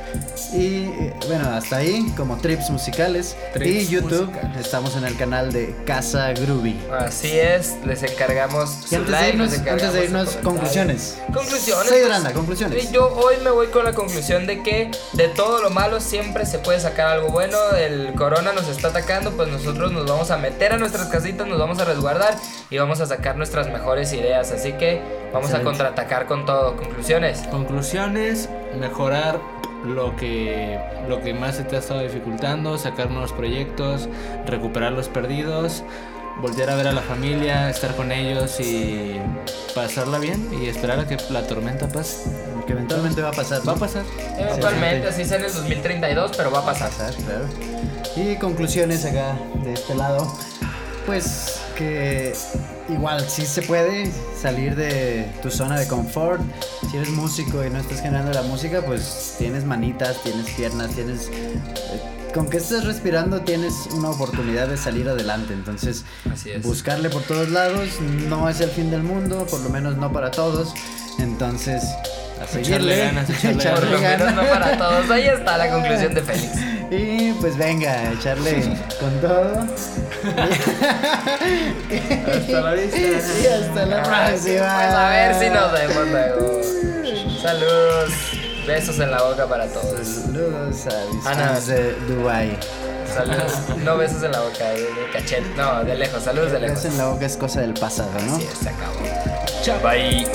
Speaker 4: Y eh, bueno, hasta ahí, como Trips Musicales.
Speaker 3: Trips
Speaker 4: y YouTube,
Speaker 3: Musicales.
Speaker 4: estamos en el canal de Casa Groovy.
Speaker 1: Así es, les encargamos
Speaker 4: Y
Speaker 1: su
Speaker 4: antes
Speaker 1: like,
Speaker 4: de irnos,
Speaker 1: les encargamos
Speaker 4: antes de
Speaker 1: su
Speaker 4: irnos
Speaker 1: comentario.
Speaker 4: conclusiones.
Speaker 1: Conclusiones.
Speaker 4: Soy
Speaker 1: pues,
Speaker 4: Granda, conclusiones.
Speaker 1: Sí, Yo hoy me voy con la conclusión de que de todo lo malo siempre se puede sacar algo bueno. El corona nos está atacando, pues nosotros nos vamos a meter a nuestras casitas, nos vamos a resguardar y vamos a sacar nuestras mejores ideas. Así que vamos
Speaker 4: Excelente.
Speaker 1: a contraatacar con todo. Conclusiones.
Speaker 3: Conclusiones, mejorar lo que, lo que más se te ha estado dificultando, sacar nuevos proyectos, recuperar los perdidos, voltear a ver a la familia, estar con ellos y pasarla bien y esperar a que la tormenta pase.
Speaker 4: Que eventualmente va a pasar. ¿no?
Speaker 3: Va a pasar.
Speaker 1: Eventualmente, así sea en el 2032, pero va a pasar.
Speaker 4: pasar, claro. Y conclusiones acá de este lado, pues que igual sí se puede salir de tu zona de confort. Si eres músico y no estás generando la música, pues tienes manitas, tienes piernas, tienes eh, con que estés respirando tienes una oportunidad de salir adelante. Entonces,
Speaker 1: Así es.
Speaker 4: buscarle por todos lados no es el fin del mundo, por lo menos no para todos. Entonces, a
Speaker 3: Echarle <laughs>
Speaker 4: seguirle,
Speaker 3: ganas, echarle
Speaker 1: Por
Speaker 4: echarle
Speaker 1: lo menos no
Speaker 4: ganas.
Speaker 1: para todos. Ahí está la conclusión de Félix.
Speaker 4: Y pues venga, echarle con todo.
Speaker 3: Hasta la vista.
Speaker 4: Y hasta <laughs> la
Speaker 1: Ah, sí, Pues
Speaker 4: próxima.
Speaker 1: a ver si nos vemos luego. Saludos. Besos en la boca para todos.
Speaker 4: Saludos a mis
Speaker 1: Ana.
Speaker 4: fans de Dubai.
Speaker 1: Saludos. No besos en la boca, de, de cachete. No, de lejos. Saludos de lejos.
Speaker 4: Eso en la boca es cosa del pasado, ¿no?
Speaker 1: Así es, se acabó.
Speaker 3: Chao.
Speaker 1: Bye.